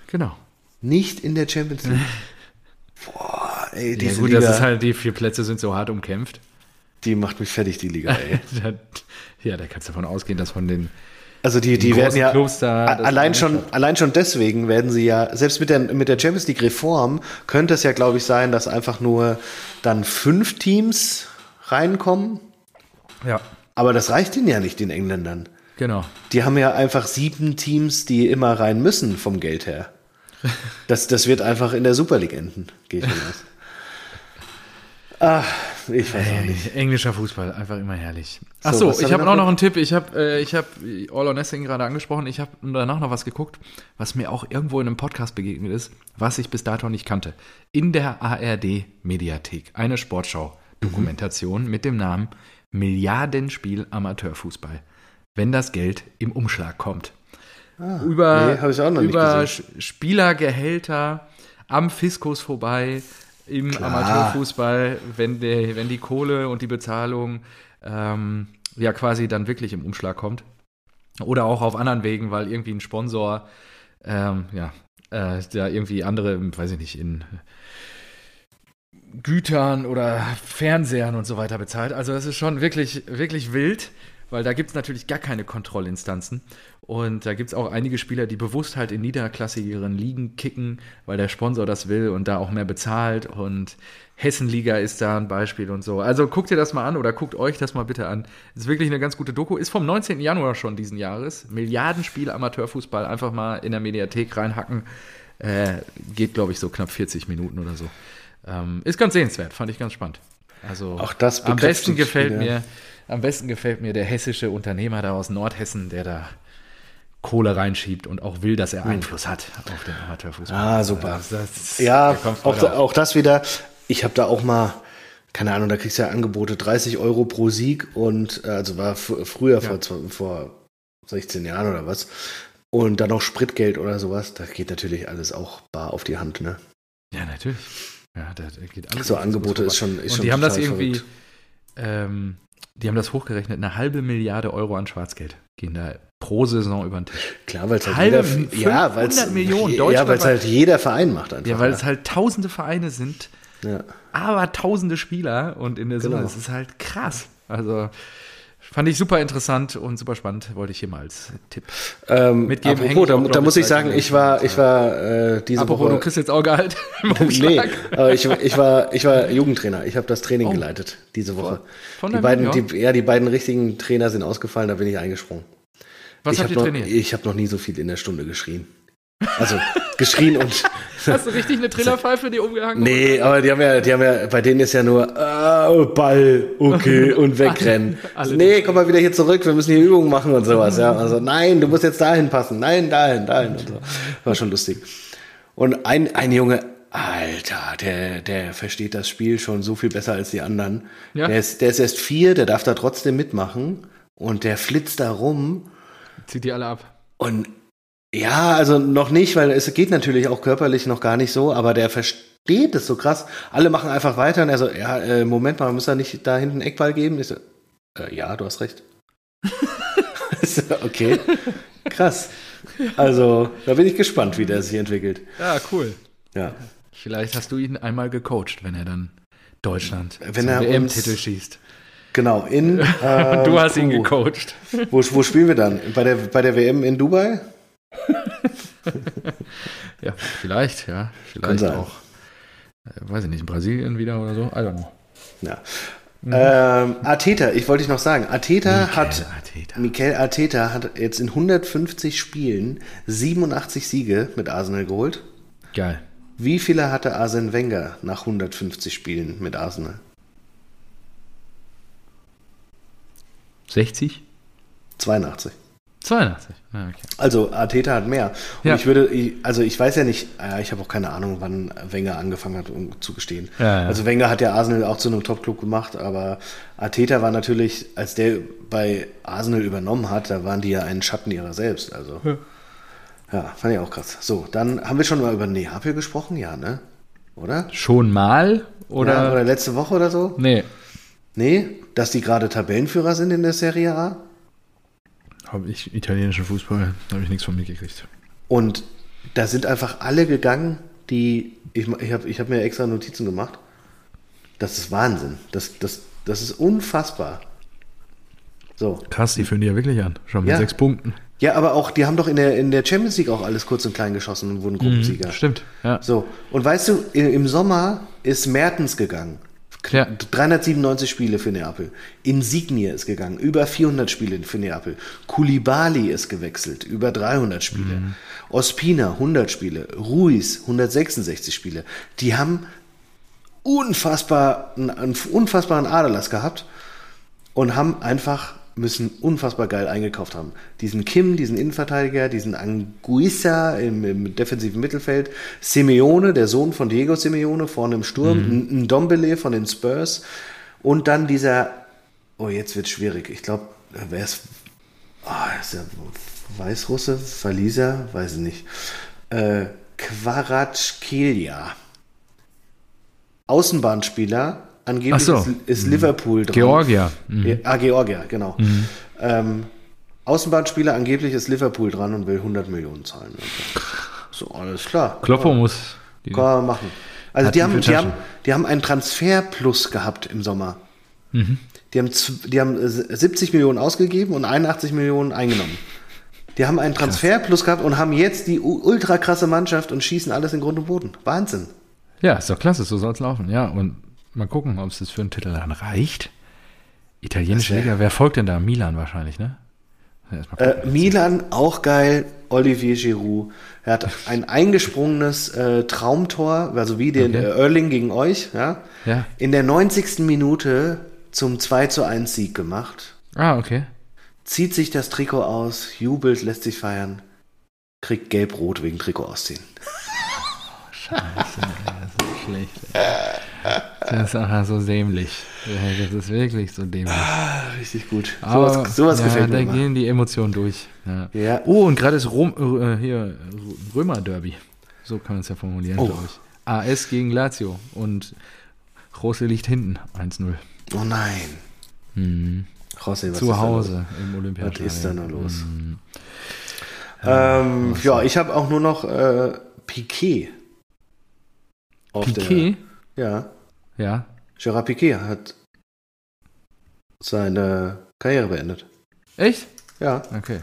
[SPEAKER 1] genau.
[SPEAKER 2] Nicht in der Champions League. Boah, ey,
[SPEAKER 1] Ja,
[SPEAKER 2] diese
[SPEAKER 1] gut,
[SPEAKER 2] Liga,
[SPEAKER 1] das ist halt, die vier Plätze sind so hart umkämpft.
[SPEAKER 2] die macht mich fertig, die Liga, ey.
[SPEAKER 1] Da- ja, da kannst du davon ausgehen, dass von den.
[SPEAKER 2] Also die, die
[SPEAKER 1] großen
[SPEAKER 2] werden ja
[SPEAKER 1] Clubs da,
[SPEAKER 2] a-
[SPEAKER 1] das
[SPEAKER 2] allein
[SPEAKER 1] ist
[SPEAKER 2] schon allein schon deswegen werden sie ja selbst mit der mit der Champions League Reform könnte es ja glaube ich sein, dass einfach nur dann fünf Teams reinkommen,
[SPEAKER 1] Ja,
[SPEAKER 2] aber das reicht ihnen ja nicht den Engländern.
[SPEAKER 1] genau.
[SPEAKER 2] Die haben ja einfach sieben Teams, die immer rein müssen vom Geld her. Das, das wird einfach in der Super League enden, gehe ich von aus. Ach, ich weiß auch nicht.
[SPEAKER 1] Englischer Fußball, einfach immer herrlich. Ach
[SPEAKER 2] So,
[SPEAKER 1] so,
[SPEAKER 2] was haben
[SPEAKER 1] ich
[SPEAKER 2] wir
[SPEAKER 1] habe
[SPEAKER 2] noch?
[SPEAKER 1] auch noch einen Tipp. Ich habe äh, ich hab All or Nothing gerade angesprochen. Ich habe danach noch was geguckt, was mir auch irgendwo in einem Podcast begegnet ist, was ich bis dato nicht kannte. In der ARD-Mediathek eine Sportschau-Dokumentation
[SPEAKER 2] Mhm.
[SPEAKER 1] mit dem Namen Milliardenspiel Amateurfußball. Wenn das Geld im Umschlag kommt. über
[SPEAKER 2] Ah, nee, hab ich auch noch nicht
[SPEAKER 1] über
[SPEAKER 2] gesehen.
[SPEAKER 1] Sch- Spielergehälter am Fiskus vorbei im Amateurfußball, wenn, der, wenn die Kohle und die Bezahlung ähm, ja quasi dann wirklich im Umschlag kommt. Oder auch auf anderen Wegen, weil irgendwie ein Sponsor, ähm, ja, äh, da irgendwie andere, weiß ich nicht, in Gütern oder Fernsehern und so weiter bezahlt. Also das ist schon wirklich, wirklich wild, weil da gibt es natürlich gar keine Kontrollinstanzen. Und da gibt es auch einige Spieler, die bewusst halt in niederklassigeren Ligen kicken, weil der Sponsor das will und da auch mehr bezahlt. Und Hessenliga ist da ein Beispiel und so. Also guckt ihr das mal an oder guckt euch das mal bitte an. Ist wirklich eine ganz gute Doku. Ist vom 19. Januar schon diesen Jahres. Milliardenspiel Amateurfußball einfach mal in der Mediathek reinhacken. Äh, geht, glaube ich, so knapp 40 Minuten oder so. Ähm, ist ganz sehenswert, fand ich ganz spannend. Also
[SPEAKER 2] Auch das
[SPEAKER 1] am besten
[SPEAKER 2] bekräftigt
[SPEAKER 1] gefällt
[SPEAKER 2] wieder.
[SPEAKER 1] mir, am besten gefällt mir der hessische Unternehmer da aus Nordhessen, der da Kohle reinschiebt und auch will, dass er Einfluss hat auf den Amateurfußball.
[SPEAKER 2] Hm.
[SPEAKER 1] Also
[SPEAKER 2] Ah, super.
[SPEAKER 1] Das, das,
[SPEAKER 2] Ja,
[SPEAKER 1] da kommt
[SPEAKER 2] auch,
[SPEAKER 1] Freude
[SPEAKER 2] da, auch das wieder. Ich habe da auch mal, keine Ahnung, da kriegst du ja Angebote 30 Euro pro Sieg und äh, also war fr- früher vor, zw- vor 16 Jahren oder was. Und dann noch Spritgeld oder sowas. Da geht natürlich alles auch bar auf die Hand, ne?
[SPEAKER 1] Ja, natürlich. Ja, da da geht alles.
[SPEAKER 2] So
[SPEAKER 1] auf den
[SPEAKER 2] Angebote
[SPEAKER 1] Fuß
[SPEAKER 2] ist schon, ist
[SPEAKER 1] Und
[SPEAKER 2] schon
[SPEAKER 1] die haben das
[SPEAKER 2] total
[SPEAKER 1] irgendwie,
[SPEAKER 2] verrückt.
[SPEAKER 1] ähm, die haben das hochgerechnet, eine halbe Milliarde Euro an Schwarzgeld gehen da pro Saison über den Tisch.
[SPEAKER 2] Klar, weil es halt
[SPEAKER 1] Halbe
[SPEAKER 2] jeder,
[SPEAKER 1] 500
[SPEAKER 2] ja, weil's,
[SPEAKER 1] Millionen
[SPEAKER 2] ja, weil's
[SPEAKER 1] deutschlandweit-
[SPEAKER 2] halt jeder Verein macht einfach. ne?
[SPEAKER 1] Ja, weil es halt tausende Vereine sind,
[SPEAKER 2] ja.
[SPEAKER 1] aber tausende Spieler und in der Summe
[SPEAKER 2] Genau.
[SPEAKER 1] ist es halt krass. Also fand ich super interessant und super spannend, wollte ich hier mal als Tipp. mitgeben,
[SPEAKER 2] ähm, mitgeben.
[SPEAKER 1] häng ich
[SPEAKER 2] Apropos, da,
[SPEAKER 1] auch, glaub
[SPEAKER 2] da
[SPEAKER 1] ich,
[SPEAKER 2] muss ich
[SPEAKER 1] gleich
[SPEAKER 2] sagen,
[SPEAKER 1] in den
[SPEAKER 2] ich war, ich war äh, diese
[SPEAKER 1] Apropos, du
[SPEAKER 2] Woche
[SPEAKER 1] kriegst jetzt Augehalt im
[SPEAKER 2] Nee,
[SPEAKER 1] Umschlag.
[SPEAKER 2] aber ich, ich, war, ich war Jugendtrainer. Ich habe das Training geleitet diese Woche.
[SPEAKER 1] Oh. von
[SPEAKER 2] die
[SPEAKER 1] deinem
[SPEAKER 2] beiden,
[SPEAKER 1] Junior?
[SPEAKER 2] die, ja, die beiden richtigen Trainer sind ausgefallen, da bin ich eingesprungen.
[SPEAKER 1] Was
[SPEAKER 2] ich
[SPEAKER 1] habt
[SPEAKER 2] habe
[SPEAKER 1] ihr
[SPEAKER 2] noch,
[SPEAKER 1] trainiert?
[SPEAKER 2] ich hab noch nie so viel in der Stunde geschrien. Also geschrien und.
[SPEAKER 1] Hast du richtig eine Trillerpfeife dir umgehangen?
[SPEAKER 2] Nee, aber die haben ja, die haben ja, bei denen ist ja nur ah, oh, Ball, okay, und wegrennen.
[SPEAKER 1] Alle- alle
[SPEAKER 2] nee, komm mal wieder hier zurück, wir müssen hier Übungen machen und sowas. Ja. Also nein, du musst jetzt dahin passen, nein, dahin, dahin und so. War schon lustig. Und ein, ein Junge, Alter, der, der versteht das Spiel schon so viel besser als die anderen.
[SPEAKER 1] Ja.
[SPEAKER 2] Der, ist, der ist erst vier, der darf da trotzdem mitmachen und der flitzt da rum.
[SPEAKER 1] Zieht die alle ab.
[SPEAKER 2] Und ja, also noch nicht, weil es geht natürlich auch körperlich noch gar nicht so, aber der versteht es so krass. Alle machen einfach weiter und er so, ja, äh, Moment mal, muss da nicht da hinten einen Eckball geben? Ich so, äh, ja, du hast recht. Ich so, okay, krass. Also, da bin ich gespannt, wie der sich entwickelt.
[SPEAKER 1] Ja, cool.
[SPEAKER 2] Ja.
[SPEAKER 1] Vielleicht hast du ihn einmal gecoacht, wenn er dann Deutschland
[SPEAKER 2] Wenn
[SPEAKER 1] zum
[SPEAKER 2] er uns-
[SPEAKER 1] WM-Titel schießt.
[SPEAKER 2] Genau, in. ähm,
[SPEAKER 1] du hast ihn
[SPEAKER 2] puh,
[SPEAKER 1] gecoacht.
[SPEAKER 2] Wo, wo spielen wir dann? Bei der, bei der WM in Dubai?
[SPEAKER 1] Ja, vielleicht, ja.
[SPEAKER 2] Kann
[SPEAKER 1] Vielleicht
[SPEAKER 2] sein.
[SPEAKER 1] auch. äh, Weiß ich nicht, in Brasilien wieder oder so. I don't know.
[SPEAKER 2] Ja.
[SPEAKER 1] Mhm.
[SPEAKER 2] Ähm, Ateta, ich wollte dich noch sagen. Ateta
[SPEAKER 1] Mikel
[SPEAKER 2] hat
[SPEAKER 1] Arteta.
[SPEAKER 2] Mikel Arteta hat jetzt in 150 Spielen 87 Siege mit Arsenal geholt.
[SPEAKER 1] Geil.
[SPEAKER 2] Wie viele hatte Arsene Wenger nach 150 Spielen mit Arsenal?
[SPEAKER 1] 60?
[SPEAKER 2] 82.
[SPEAKER 1] 82. Ah, okay.
[SPEAKER 2] Also Arteta hat mehr. Und
[SPEAKER 1] Ja.
[SPEAKER 2] ich würde, ich- also ich weiß ja nicht, äh, ich habe auch keine Ahnung, wann Wenger angefangen hat, um zu gestehen.
[SPEAKER 1] Ja, ja.
[SPEAKER 2] Also Wenger hat ja Arsenal auch zu einem Top-Club gemacht, aber Arteta war natürlich, als der bei Arsenal übernommen hat, da waren die ja einen Schatten ihrer selbst. Also ja, fand ich auch krass. So, dann haben wir schon mal über Neapel gesprochen, ja, ne? Oder?
[SPEAKER 1] Schon mal?
[SPEAKER 2] ja,
[SPEAKER 1] Oder?
[SPEAKER 2] oder letzte Woche oder so?
[SPEAKER 1] nee.
[SPEAKER 2] Nee, dass die gerade Tabellenführer sind in der Serie A?
[SPEAKER 1] Habe ich italienischen Fußball, habe ich nichts von mir gekriegt.
[SPEAKER 2] Und da sind einfach alle gegangen, die. Ich, ich habe ich hab mir extra Notizen gemacht. Das ist Wahnsinn. Das, das, das ist unfassbar. So.
[SPEAKER 1] Krass, die führen die ja wirklich an. Schon mit
[SPEAKER 2] Ja.
[SPEAKER 1] sechs Punkten.
[SPEAKER 2] Ja, aber auch, die haben doch in der, in der Champions League auch alles kurz und klein geschossen und wurden Gruppensieger.
[SPEAKER 1] Stimmt. Mhm, Ja.
[SPEAKER 2] So. Und weißt du, i- im Sommer ist Mertens gegangen.
[SPEAKER 1] Ja.
[SPEAKER 2] 397 Spiele für Neapel. Insigne ist gegangen, über 400 Spiele für Neapel. Kulibali ist gewechselt, über 300 Spiele.
[SPEAKER 1] Mhm.
[SPEAKER 2] Ospina 100 Spiele, Ruiz 166 Spiele. Die haben unfassbar, einen, einen unfassbaren Aderlass gehabt und haben einfach müssen unfassbar geil eingekauft haben. Diesen Kim, diesen Innenverteidiger, diesen Anguissa im, im defensiven Mittelfeld, Simeone, der Sohn von Diego Simeone, vorne im Sturm, mhm. Dombele von den Spurs und dann dieser, oh jetzt wird schwierig, ich glaube, wer ist, ah, ist er Weißrusse, Verlieser, weiß ich nicht, äh, Kvaratskhelia. Außenbahnspieler, angeblich
[SPEAKER 1] Ach so. Mhm.
[SPEAKER 2] ist, ist Liverpool dran.
[SPEAKER 1] Georgia.
[SPEAKER 2] Ja, ah, Georgia, genau. Ähm, Außenbahnspieler, angeblich ist Liverpool dran und will 100 Millionen zahlen. So, alles klar.
[SPEAKER 1] Kloppo muss. Die,
[SPEAKER 2] Kann man machen. Also
[SPEAKER 1] Hat
[SPEAKER 2] die
[SPEAKER 1] die
[SPEAKER 2] haben, die,
[SPEAKER 1] Wirtschaft
[SPEAKER 2] haben, die haben einen Transferplus gehabt im Sommer. Die, haben, z- die haben äh, 70 Millionen ausgegeben und 81 Millionen eingenommen. Die haben einen Transferplus gehabt und haben jetzt die u- ultra krasse Mannschaft und schießen alles in Grund und Boden. Wahnsinn.
[SPEAKER 1] ja, ist doch klasse, so soll es laufen. Ja, und mal gucken, ob es das für einen Titel dann reicht. Italienische
[SPEAKER 2] Das wär-
[SPEAKER 1] Liga, wer folgt denn da? Milan wahrscheinlich, ne? Erstmal
[SPEAKER 2] Äh, Milan, auch geil. Olivier Giroud. Er hat ein eingesprungenes äh, Traumtor, also wie den
[SPEAKER 1] Okay.
[SPEAKER 2] äh, Erling gegen euch, ja?
[SPEAKER 1] Ja.
[SPEAKER 2] In der 90. Minute zum 2 zu 1 Sieg gemacht.
[SPEAKER 1] ah, okay.
[SPEAKER 2] Zieht sich das Trikot aus, jubelt, lässt sich feiern, kriegt gelb-rot wegen Trikot ausziehen.
[SPEAKER 1] Schlecht. ey. Das ist einfach so dämlich. Ey, Das ist wirklich so dämlich.
[SPEAKER 2] Ah, richtig gut.
[SPEAKER 1] Aber,
[SPEAKER 2] sowas sowas
[SPEAKER 1] Ah, ja,
[SPEAKER 2] gefällt mir.
[SPEAKER 1] Da
[SPEAKER 2] Immer.
[SPEAKER 1] gehen die Emotionen durch. Ja.
[SPEAKER 2] Ja.
[SPEAKER 1] Oh, und gerade ist Rom, äh, hier Rö- Römer-Derby. So kann man es ja formulieren,
[SPEAKER 2] Oh.
[SPEAKER 1] glaube ich. AS gegen Lazio. Und Rose liegt hinten. 1-0.
[SPEAKER 2] Oh nein. José, Mhm. was ist da
[SPEAKER 1] Zu
[SPEAKER 2] los?
[SPEAKER 1] Hause im
[SPEAKER 2] Was ist
[SPEAKER 1] Olympiastadion. Mhm.
[SPEAKER 2] denn da los? Ähm, ja, ich habe auch nur noch äh, Piquet. Auf
[SPEAKER 1] Piquet?
[SPEAKER 2] Der, ja,
[SPEAKER 1] Ja.
[SPEAKER 2] Gerard Piquet hat seine Karriere beendet.
[SPEAKER 1] Echt?
[SPEAKER 2] Ja,
[SPEAKER 1] Okay.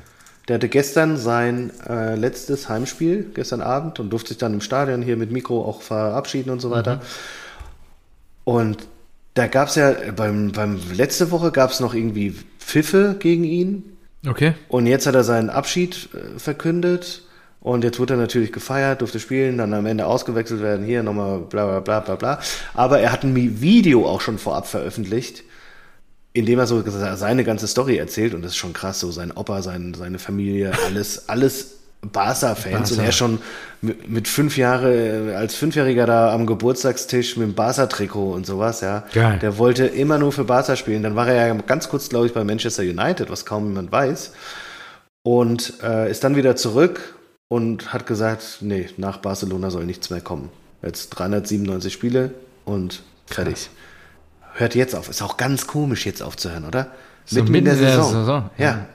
[SPEAKER 2] der hatte gestern sein äh, letztes Heimspiel, gestern Abend, und durfte sich dann im Stadion hier mit Mikro auch verabschieden und so weiter. Und da gab es ja, beim, beim letzte Woche gab es noch irgendwie Pfiffe gegen ihn,
[SPEAKER 1] Okay.
[SPEAKER 2] und jetzt hat er seinen Abschied äh, verkündet. Und jetzt wurde er natürlich gefeiert, durfte spielen, dann am Ende ausgewechselt werden. Hier nochmal bla bla bla bla bla. Aber er hat ein Mi- Video auch schon vorab veröffentlicht, in dem er so gesa- seine ganze Story erzählt. Und das ist schon krass, so sein Opa, sein, seine Familie, alles, alles Barca-Fans. Und
[SPEAKER 1] Barca.
[SPEAKER 2] er schon mit, mit fünf Jahre, äh, als Fünfjähriger da am Geburtstagstisch mit dem Barca-Trikot und sowas, ja.
[SPEAKER 1] Geil.
[SPEAKER 2] Der wollte immer nur für Barca spielen. Dann war er ja ganz kurz, glaube ich, bei Manchester United, was kaum jemand weiß und äh, ist dann wieder zurück und hat gesagt, nee, nach Barcelona soll nichts mehr kommen. Jetzt 397 Spiele und fertig. Hört jetzt auf. Ist auch ganz komisch, jetzt aufzuhören, oder?
[SPEAKER 1] So mitten in der Saison,
[SPEAKER 2] Ja,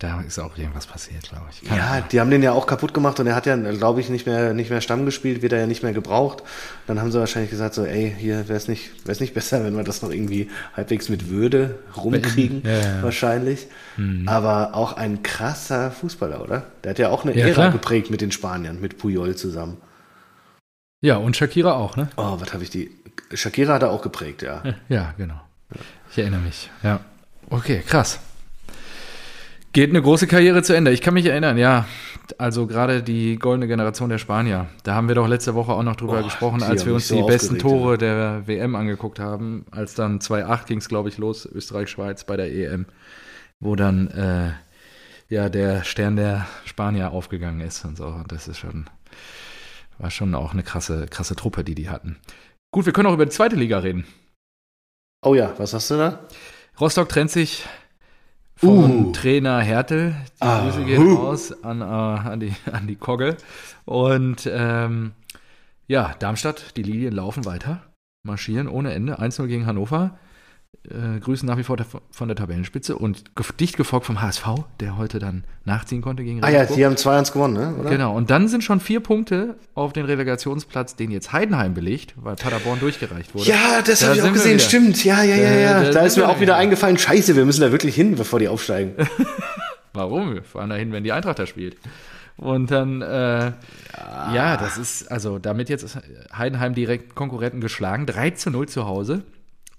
[SPEAKER 1] Da ist auch irgendwas passiert, glaube ich.
[SPEAKER 2] ja.
[SPEAKER 1] Keine Ahnung.
[SPEAKER 2] die haben den ja auch kaputt gemacht und er hat ja, glaube ich, nicht mehr, nicht mehr Stamm gespielt, wird er ja nicht mehr gebraucht. Dann haben sie wahrscheinlich gesagt, so, ey, hier wäre es nicht, wär's nicht besser, wenn wir das noch irgendwie halbwegs mit Würde rumkriegen,
[SPEAKER 1] Ja, ja, ja.
[SPEAKER 2] wahrscheinlich.
[SPEAKER 1] Mhm.
[SPEAKER 2] Aber auch ein krasser Fußballer, oder? Der hat ja auch eine
[SPEAKER 1] Ja,
[SPEAKER 2] Ära
[SPEAKER 1] klar.
[SPEAKER 2] geprägt mit den Spaniern, mit Puyol zusammen.
[SPEAKER 1] Ja, und Shakira auch, ne?
[SPEAKER 2] Oh, was habe ich die? Shakira hat er auch geprägt, ja.
[SPEAKER 1] Ja, genau. Ich erinnere mich. Ja. Okay, krass. Geht eine große Karriere zu Ende. Ich kann mich erinnern, ja. Also gerade die goldene Generation der Spanier. Da haben wir doch letzte Woche auch noch drüber
[SPEAKER 2] Oh,
[SPEAKER 1] gesprochen,
[SPEAKER 2] die
[SPEAKER 1] als
[SPEAKER 2] haben
[SPEAKER 1] wir
[SPEAKER 2] mich
[SPEAKER 1] uns
[SPEAKER 2] so
[SPEAKER 1] die besten
[SPEAKER 2] aufgeregt,
[SPEAKER 1] Tore der WM angeguckt haben. Als dann 2-8 ging es, glaube ich, los, Österreich-Schweiz bei der EM, wo dann äh, ja der Stern der Spanier aufgegangen ist und so. Und Das ist schon, war schon auch eine krasse, krasse Truppe, die die hatten. Gut, wir können auch über die zweite Liga reden.
[SPEAKER 2] Oh ja, was hast du da?
[SPEAKER 1] Rostock trennt sich vom
[SPEAKER 2] Uh.
[SPEAKER 1] Trainer Hertel. Die
[SPEAKER 2] Ah,
[SPEAKER 1] Grüße gehen
[SPEAKER 2] huh.
[SPEAKER 1] raus an, äh, an, die, an die Kogge. Und ähm, ja, Darmstadt, die Linien laufen weiter, marschieren ohne Ende. 1-0 gegen Hannover. Äh, grüßen nach wie vor der, von der Tabellenspitze und ge dicht gefolgt vom HSV, der heute dann nachziehen konnte gegen
[SPEAKER 2] Ah ja,
[SPEAKER 1] Regensburg.
[SPEAKER 2] die haben 2-1 gewonnen, ne? Oder?
[SPEAKER 1] Genau, und dann sind schon vier Punkte auf den Relegationsplatz, den jetzt Heidenheim belegt, weil Paderborn durchgereicht wurde.
[SPEAKER 2] Ja, das
[SPEAKER 1] Da
[SPEAKER 2] habe ich
[SPEAKER 1] sind
[SPEAKER 2] auch
[SPEAKER 1] wir
[SPEAKER 2] gesehen,
[SPEAKER 1] wieder.
[SPEAKER 2] stimmt. Ja, ja, ja,
[SPEAKER 1] Da-
[SPEAKER 2] ja. Da,
[SPEAKER 1] da
[SPEAKER 2] ist
[SPEAKER 1] sind
[SPEAKER 2] mir
[SPEAKER 1] wir
[SPEAKER 2] auch wieder
[SPEAKER 1] wieder.
[SPEAKER 2] eingefallen, scheiße, wir müssen da wirklich hin, bevor die aufsteigen.
[SPEAKER 1] Warum? Wir fahren dahin, wenn die Eintracht da spielt. Und dann, äh, ja. das ist, also damit jetzt ist Heidenheim direkt Konkurrenten geschlagen, 3 zu 0 zu Hause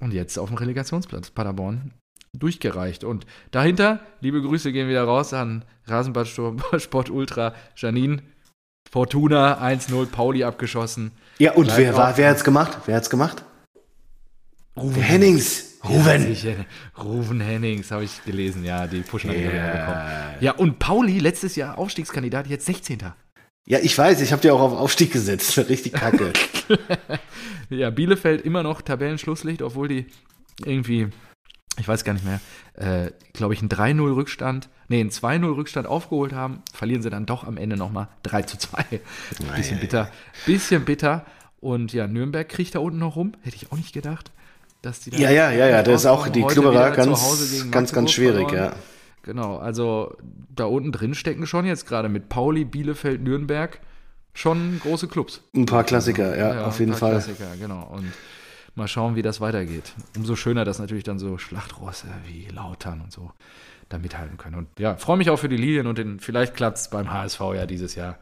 [SPEAKER 1] und jetzt auf dem Relegationsplatz Paderborn durchgereicht. Und dahinter, liebe Grüße gehen wieder raus an Rasenbadsturm Sport Ultra, Janine, Fortuna 1-0, Pauli abgeschossen.
[SPEAKER 2] Ja, und
[SPEAKER 1] Bleibt
[SPEAKER 2] wer, war,
[SPEAKER 1] auch-
[SPEAKER 2] wer hat's gemacht? Wer hat's gemacht?
[SPEAKER 1] Ruven
[SPEAKER 2] Hennings.
[SPEAKER 1] Ruven.
[SPEAKER 2] Ruven.
[SPEAKER 1] Ruven Hennings, habe ich gelesen, ja, die Pushen yeah. bekommen.
[SPEAKER 2] Ja.
[SPEAKER 1] Ja, und Pauli, letztes Jahr Aufstiegskandidat, jetzt 16.
[SPEAKER 2] ja, ich weiß, ich habe dir auch auf Aufstieg gesetzt. Richtig kacke.
[SPEAKER 1] Ja, Bielefeld immer noch Tabellenschlusslicht, obwohl die irgendwie, ich weiß gar nicht mehr, äh, glaube ich, einen 3-0-Rückstand, nee, einen 2-0-Rückstand aufgeholt haben, verlieren sie dann doch am Ende nochmal 3 zu 2. bisschen bitter, bisschen bitter. Und ja, Nürnberg kriegt da unten noch rum, hätte ich auch nicht gedacht, dass die da
[SPEAKER 2] ja, ja, ja, ja. Das ist auch
[SPEAKER 1] rauskommen.
[SPEAKER 2] die
[SPEAKER 1] Heute
[SPEAKER 2] Klubberer
[SPEAKER 1] wieder zu Hause
[SPEAKER 2] ganz,
[SPEAKER 1] gegen
[SPEAKER 2] ganz, ganz
[SPEAKER 1] Magdeburg
[SPEAKER 2] schwierig,
[SPEAKER 1] verloren.
[SPEAKER 2] ja.
[SPEAKER 1] Genau, also da unten drin stecken schon jetzt gerade mit Pauli, Bielefeld, Nürnberg schon große Clubs.
[SPEAKER 2] Ein paar Klassiker, ja,
[SPEAKER 1] Ja,
[SPEAKER 2] auf
[SPEAKER 1] ein
[SPEAKER 2] jeden
[SPEAKER 1] paar
[SPEAKER 2] Fall.
[SPEAKER 1] Klassiker, genau. Und mal schauen, wie das weitergeht. Umso schöner, dass natürlich dann so Schlachtrosse wie Lautern und so da mithalten können. Und ja, freue mich auch für die Lilien und den, vielleicht klappt es beim HSV ja dieses Jahr.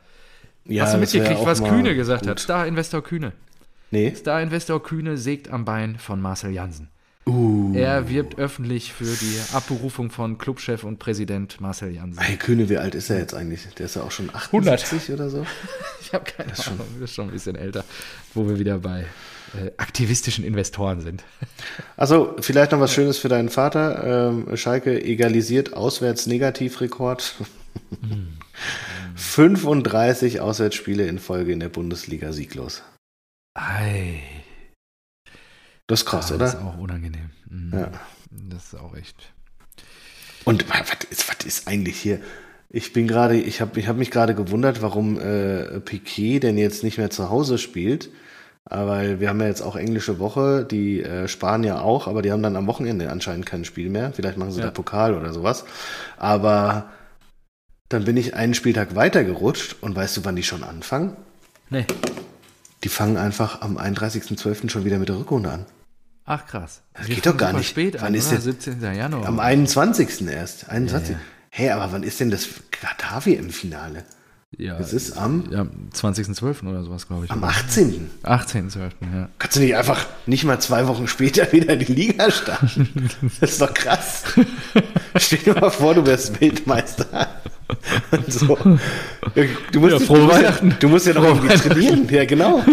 [SPEAKER 2] Ja,
[SPEAKER 1] Hast du
[SPEAKER 2] das wär
[SPEAKER 1] mitgekriegt,
[SPEAKER 2] auch
[SPEAKER 1] was
[SPEAKER 2] mal
[SPEAKER 1] Kühne gesagt
[SPEAKER 2] gut.
[SPEAKER 1] hat? Star-Investor Kühne.
[SPEAKER 2] Nee.
[SPEAKER 1] Star-Investor Kühne sägt am Bein von Marcel Jansen.
[SPEAKER 2] Uh.
[SPEAKER 1] Er wirbt öffentlich für die Abberufung von Clubchef und Präsident Marcel Jansen.
[SPEAKER 2] Hey, Kühne, wie alt ist er jetzt eigentlich? Der ist ja auch schon
[SPEAKER 1] 100.
[SPEAKER 2] 78 oder so.
[SPEAKER 1] Ich habe keine Ahnung, das ist schon ein bisschen älter, wo wir wieder bei äh, aktivistischen Investoren sind.
[SPEAKER 2] Also vielleicht noch was Schönes für deinen Vater. Ähm, Schalke egalisiert auswärts Negativrekord. 35 Auswärtsspiele in Folge in der Bundesliga sieglos.
[SPEAKER 1] Ei.
[SPEAKER 2] Das ist krass,
[SPEAKER 1] Ah, Das ist
[SPEAKER 2] oder?
[SPEAKER 1] auch unangenehm. Mhm.
[SPEAKER 2] Ja.
[SPEAKER 1] Das ist auch echt.
[SPEAKER 2] Und wa- was ist, was ist eigentlich hier? Ich bin gerade, ich habe ich hab mich gerade gewundert, warum äh, Piquet denn jetzt nicht mehr zu Hause spielt. Aber weil wir haben ja jetzt auch englische Woche, die äh, Spanier auch, aber die haben dann am Wochenende anscheinend kein Spiel mehr. Vielleicht machen sie
[SPEAKER 1] Ja.
[SPEAKER 2] da Pokal oder sowas. Aber dann bin ich einen Spieltag weitergerutscht und weißt du, wann die schon anfangen?
[SPEAKER 1] Nee.
[SPEAKER 2] Die fangen einfach am 31.12. schon wieder mit der Rückrunde an.
[SPEAKER 1] Ach krass. Das
[SPEAKER 2] geht doch gar nicht.
[SPEAKER 1] Spät
[SPEAKER 2] Wann
[SPEAKER 1] an,
[SPEAKER 2] ist
[SPEAKER 1] oder?
[SPEAKER 2] der-
[SPEAKER 1] 17. Januar.
[SPEAKER 2] Am 21. erst. 21.
[SPEAKER 1] Ja, ja.
[SPEAKER 2] Hey, aber wann ist denn das Katavi im Finale?
[SPEAKER 1] ja,
[SPEAKER 2] Es ist am,
[SPEAKER 1] ja, am 20.12. oder sowas, glaube ich.
[SPEAKER 2] am 18.
[SPEAKER 1] 18.12. Ja.
[SPEAKER 2] Kannst du nicht einfach nicht mal zwei Wochen später wieder die Liga starten? Das ist doch krass. Stell dir mal vor, du wärst Weltmeister. Und so. Du musst,
[SPEAKER 1] Ja, frohe
[SPEAKER 2] dich- du musst ja,
[SPEAKER 1] Weihnachten.
[SPEAKER 2] du musst ja doch
[SPEAKER 1] Frohe
[SPEAKER 2] irgendwie
[SPEAKER 1] Weihnachten.
[SPEAKER 2] trainieren. Ja, genau.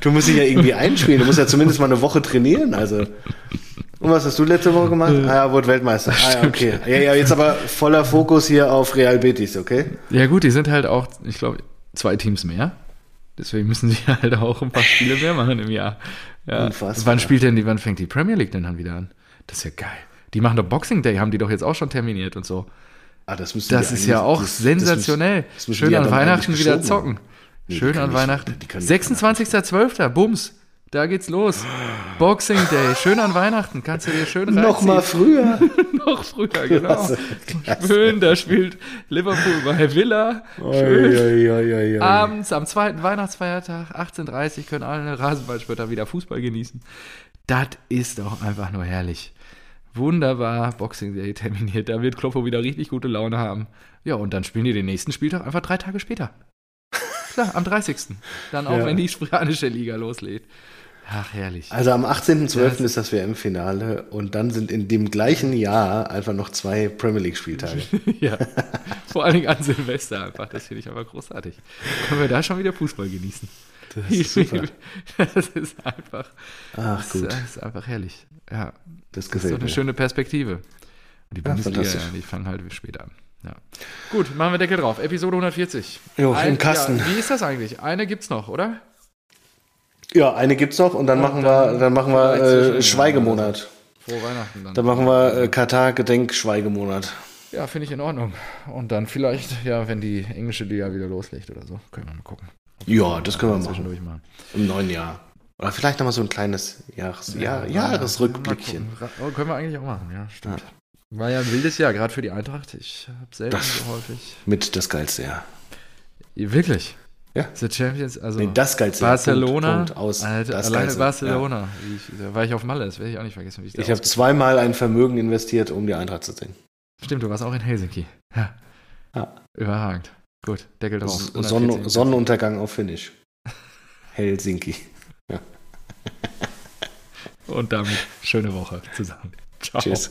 [SPEAKER 2] Du musst dich ja irgendwie einspielen. Du musst ja zumindest mal eine Woche trainieren. Also. Und was hast du letzte Woche gemacht?
[SPEAKER 1] Äh,
[SPEAKER 2] Ah ja, wurde Weltmeister. Ah ja, okay. Ja, ja, jetzt aber voller Fokus hier auf Real Betis, okay?
[SPEAKER 1] ja, gut, die sind halt auch, ich glaube, zwei Teams mehr. Deswegen müssen sie halt auch ein paar Spiele mehr machen im Jahr. Ja.
[SPEAKER 2] Unfassbar.
[SPEAKER 1] Wann spielt denn die, wann fängt die Premier League denn dann wieder an? Das ist ja geil. Die machen doch Boxing Day, haben die doch jetzt auch schon terminiert und so.
[SPEAKER 2] Ah, das, müssen
[SPEAKER 1] Das
[SPEAKER 2] die
[SPEAKER 1] ist ja
[SPEAKER 2] eigentlich-
[SPEAKER 1] auch
[SPEAKER 2] das- das müssen-
[SPEAKER 1] sensationell.
[SPEAKER 2] das müssen die
[SPEAKER 1] Schön
[SPEAKER 2] ja
[SPEAKER 1] an
[SPEAKER 2] dann
[SPEAKER 1] Weihnachten
[SPEAKER 2] eigentlich
[SPEAKER 1] wieder
[SPEAKER 2] geschoben
[SPEAKER 1] zocken.
[SPEAKER 2] haben. Nee, die
[SPEAKER 1] Schön
[SPEAKER 2] können
[SPEAKER 1] an
[SPEAKER 2] nicht-
[SPEAKER 1] Weihnachten.
[SPEAKER 2] die können nicht
[SPEAKER 1] 26.12. Bums. Da geht's los. Boxing Day. Schön an Weihnachten. Kannst du dir schön reinziehen.
[SPEAKER 2] Ah. Noch mal früher.
[SPEAKER 1] Noch früher, genau.
[SPEAKER 2] Klasse,
[SPEAKER 1] Schön, da spielt Liverpool bei Villa. Schön. Ähm,
[SPEAKER 2] Uiuiuiui.
[SPEAKER 1] Abends am zweiten Weihnachtsfeiertag, 18.30 Uhr, können alle Rasenballspötter wieder Fußball genießen. Das ist doch einfach nur herrlich. Wunderbar, Boxing Day terminiert. Da wird Kloppo wieder richtig gute Laune haben. Ja, und dann spielen die den nächsten Spieltag einfach drei Tage später. Klar, am 30. Dann auch,
[SPEAKER 2] Ja.
[SPEAKER 1] wenn die spanische Liga loslegt. Ach, herrlich.
[SPEAKER 2] Also am 18.12. ist das WM-Finale und dann sind in dem gleichen Jahr einfach noch zwei Premier League-Spieltage.
[SPEAKER 1] ja. Vor allen Dingen an Silvester einfach. Das finde ich einfach großartig. Können wir da schon wieder Fußball genießen. Das ist,
[SPEAKER 2] super.
[SPEAKER 1] das ist einfach.
[SPEAKER 2] Ach
[SPEAKER 1] Das
[SPEAKER 2] gut,
[SPEAKER 1] ist- Das ist einfach herrlich. Ja, das
[SPEAKER 2] das
[SPEAKER 1] ist doch
[SPEAKER 2] gefällt
[SPEAKER 1] eine
[SPEAKER 2] mir.
[SPEAKER 1] schöne Perspektive. Und die Bundesliga, ja,
[SPEAKER 2] fantastisch.
[SPEAKER 1] die fangen halt später an. Ja. Gut, machen wir Deckel drauf. Episode 140.
[SPEAKER 2] Jo,
[SPEAKER 1] Ein-
[SPEAKER 2] im Kasten.
[SPEAKER 1] Ja, wie ist das eigentlich? Eine gibt's noch, oder?
[SPEAKER 2] Ja, eine gibt's noch und dann
[SPEAKER 1] Und
[SPEAKER 2] machen
[SPEAKER 1] dann
[SPEAKER 2] wir, dann machen wir
[SPEAKER 1] vielleicht
[SPEAKER 2] äh,
[SPEAKER 1] zwischen-
[SPEAKER 2] Schweigemonat.
[SPEAKER 1] Frohe Weihnachten dann.
[SPEAKER 2] Dann machen wir äh, Katar-Gedenk-Schweigemonat.
[SPEAKER 1] ja, finde ich in Ordnung. Und dann vielleicht, ja, wenn die englische Liga wieder loslegt oder so. Können wir mal gucken.
[SPEAKER 2] Ja, das können wir machen.
[SPEAKER 1] Zwischendurch machen.
[SPEAKER 2] Im neuen Jahr. Oder vielleicht nochmal so ein kleines Jahres ja, Jahresrückblickchen.
[SPEAKER 1] Mal gucken. Oh, können wir eigentlich auch machen, ja, stimmt. War ja ein wildes Jahr, gerade für die Eintracht. Ich habe selten
[SPEAKER 2] Das-
[SPEAKER 1] so häufig.
[SPEAKER 2] Mit das geilste Jahr.
[SPEAKER 1] Wirklich?
[SPEAKER 2] Ja.
[SPEAKER 1] The Champions, also.
[SPEAKER 2] Nee, das geilste Jahr.
[SPEAKER 1] Barcelona,
[SPEAKER 2] Punkt, Punkt, aus.
[SPEAKER 1] Alter,
[SPEAKER 2] das
[SPEAKER 1] alleine
[SPEAKER 2] geilste. Ja.
[SPEAKER 1] Barcelona. Ich, da war ich auf Malle, das werde ich auch nicht vergessen, wie ich da
[SPEAKER 2] Ich habe zweimal ein Vermögen investiert, um die Eintracht zu sehen.
[SPEAKER 1] aus- Stimmt, du warst auch in Helsinki. Ja.
[SPEAKER 2] Ja.
[SPEAKER 1] Überragend. Gut, Deckel drauf.
[SPEAKER 2] Sonnen
[SPEAKER 1] 114.
[SPEAKER 2] Sonnenuntergang auf Finnisch. Helsinki. Ja.
[SPEAKER 1] Und damit schöne Woche zusammen. Ciao.
[SPEAKER 2] Tschüss.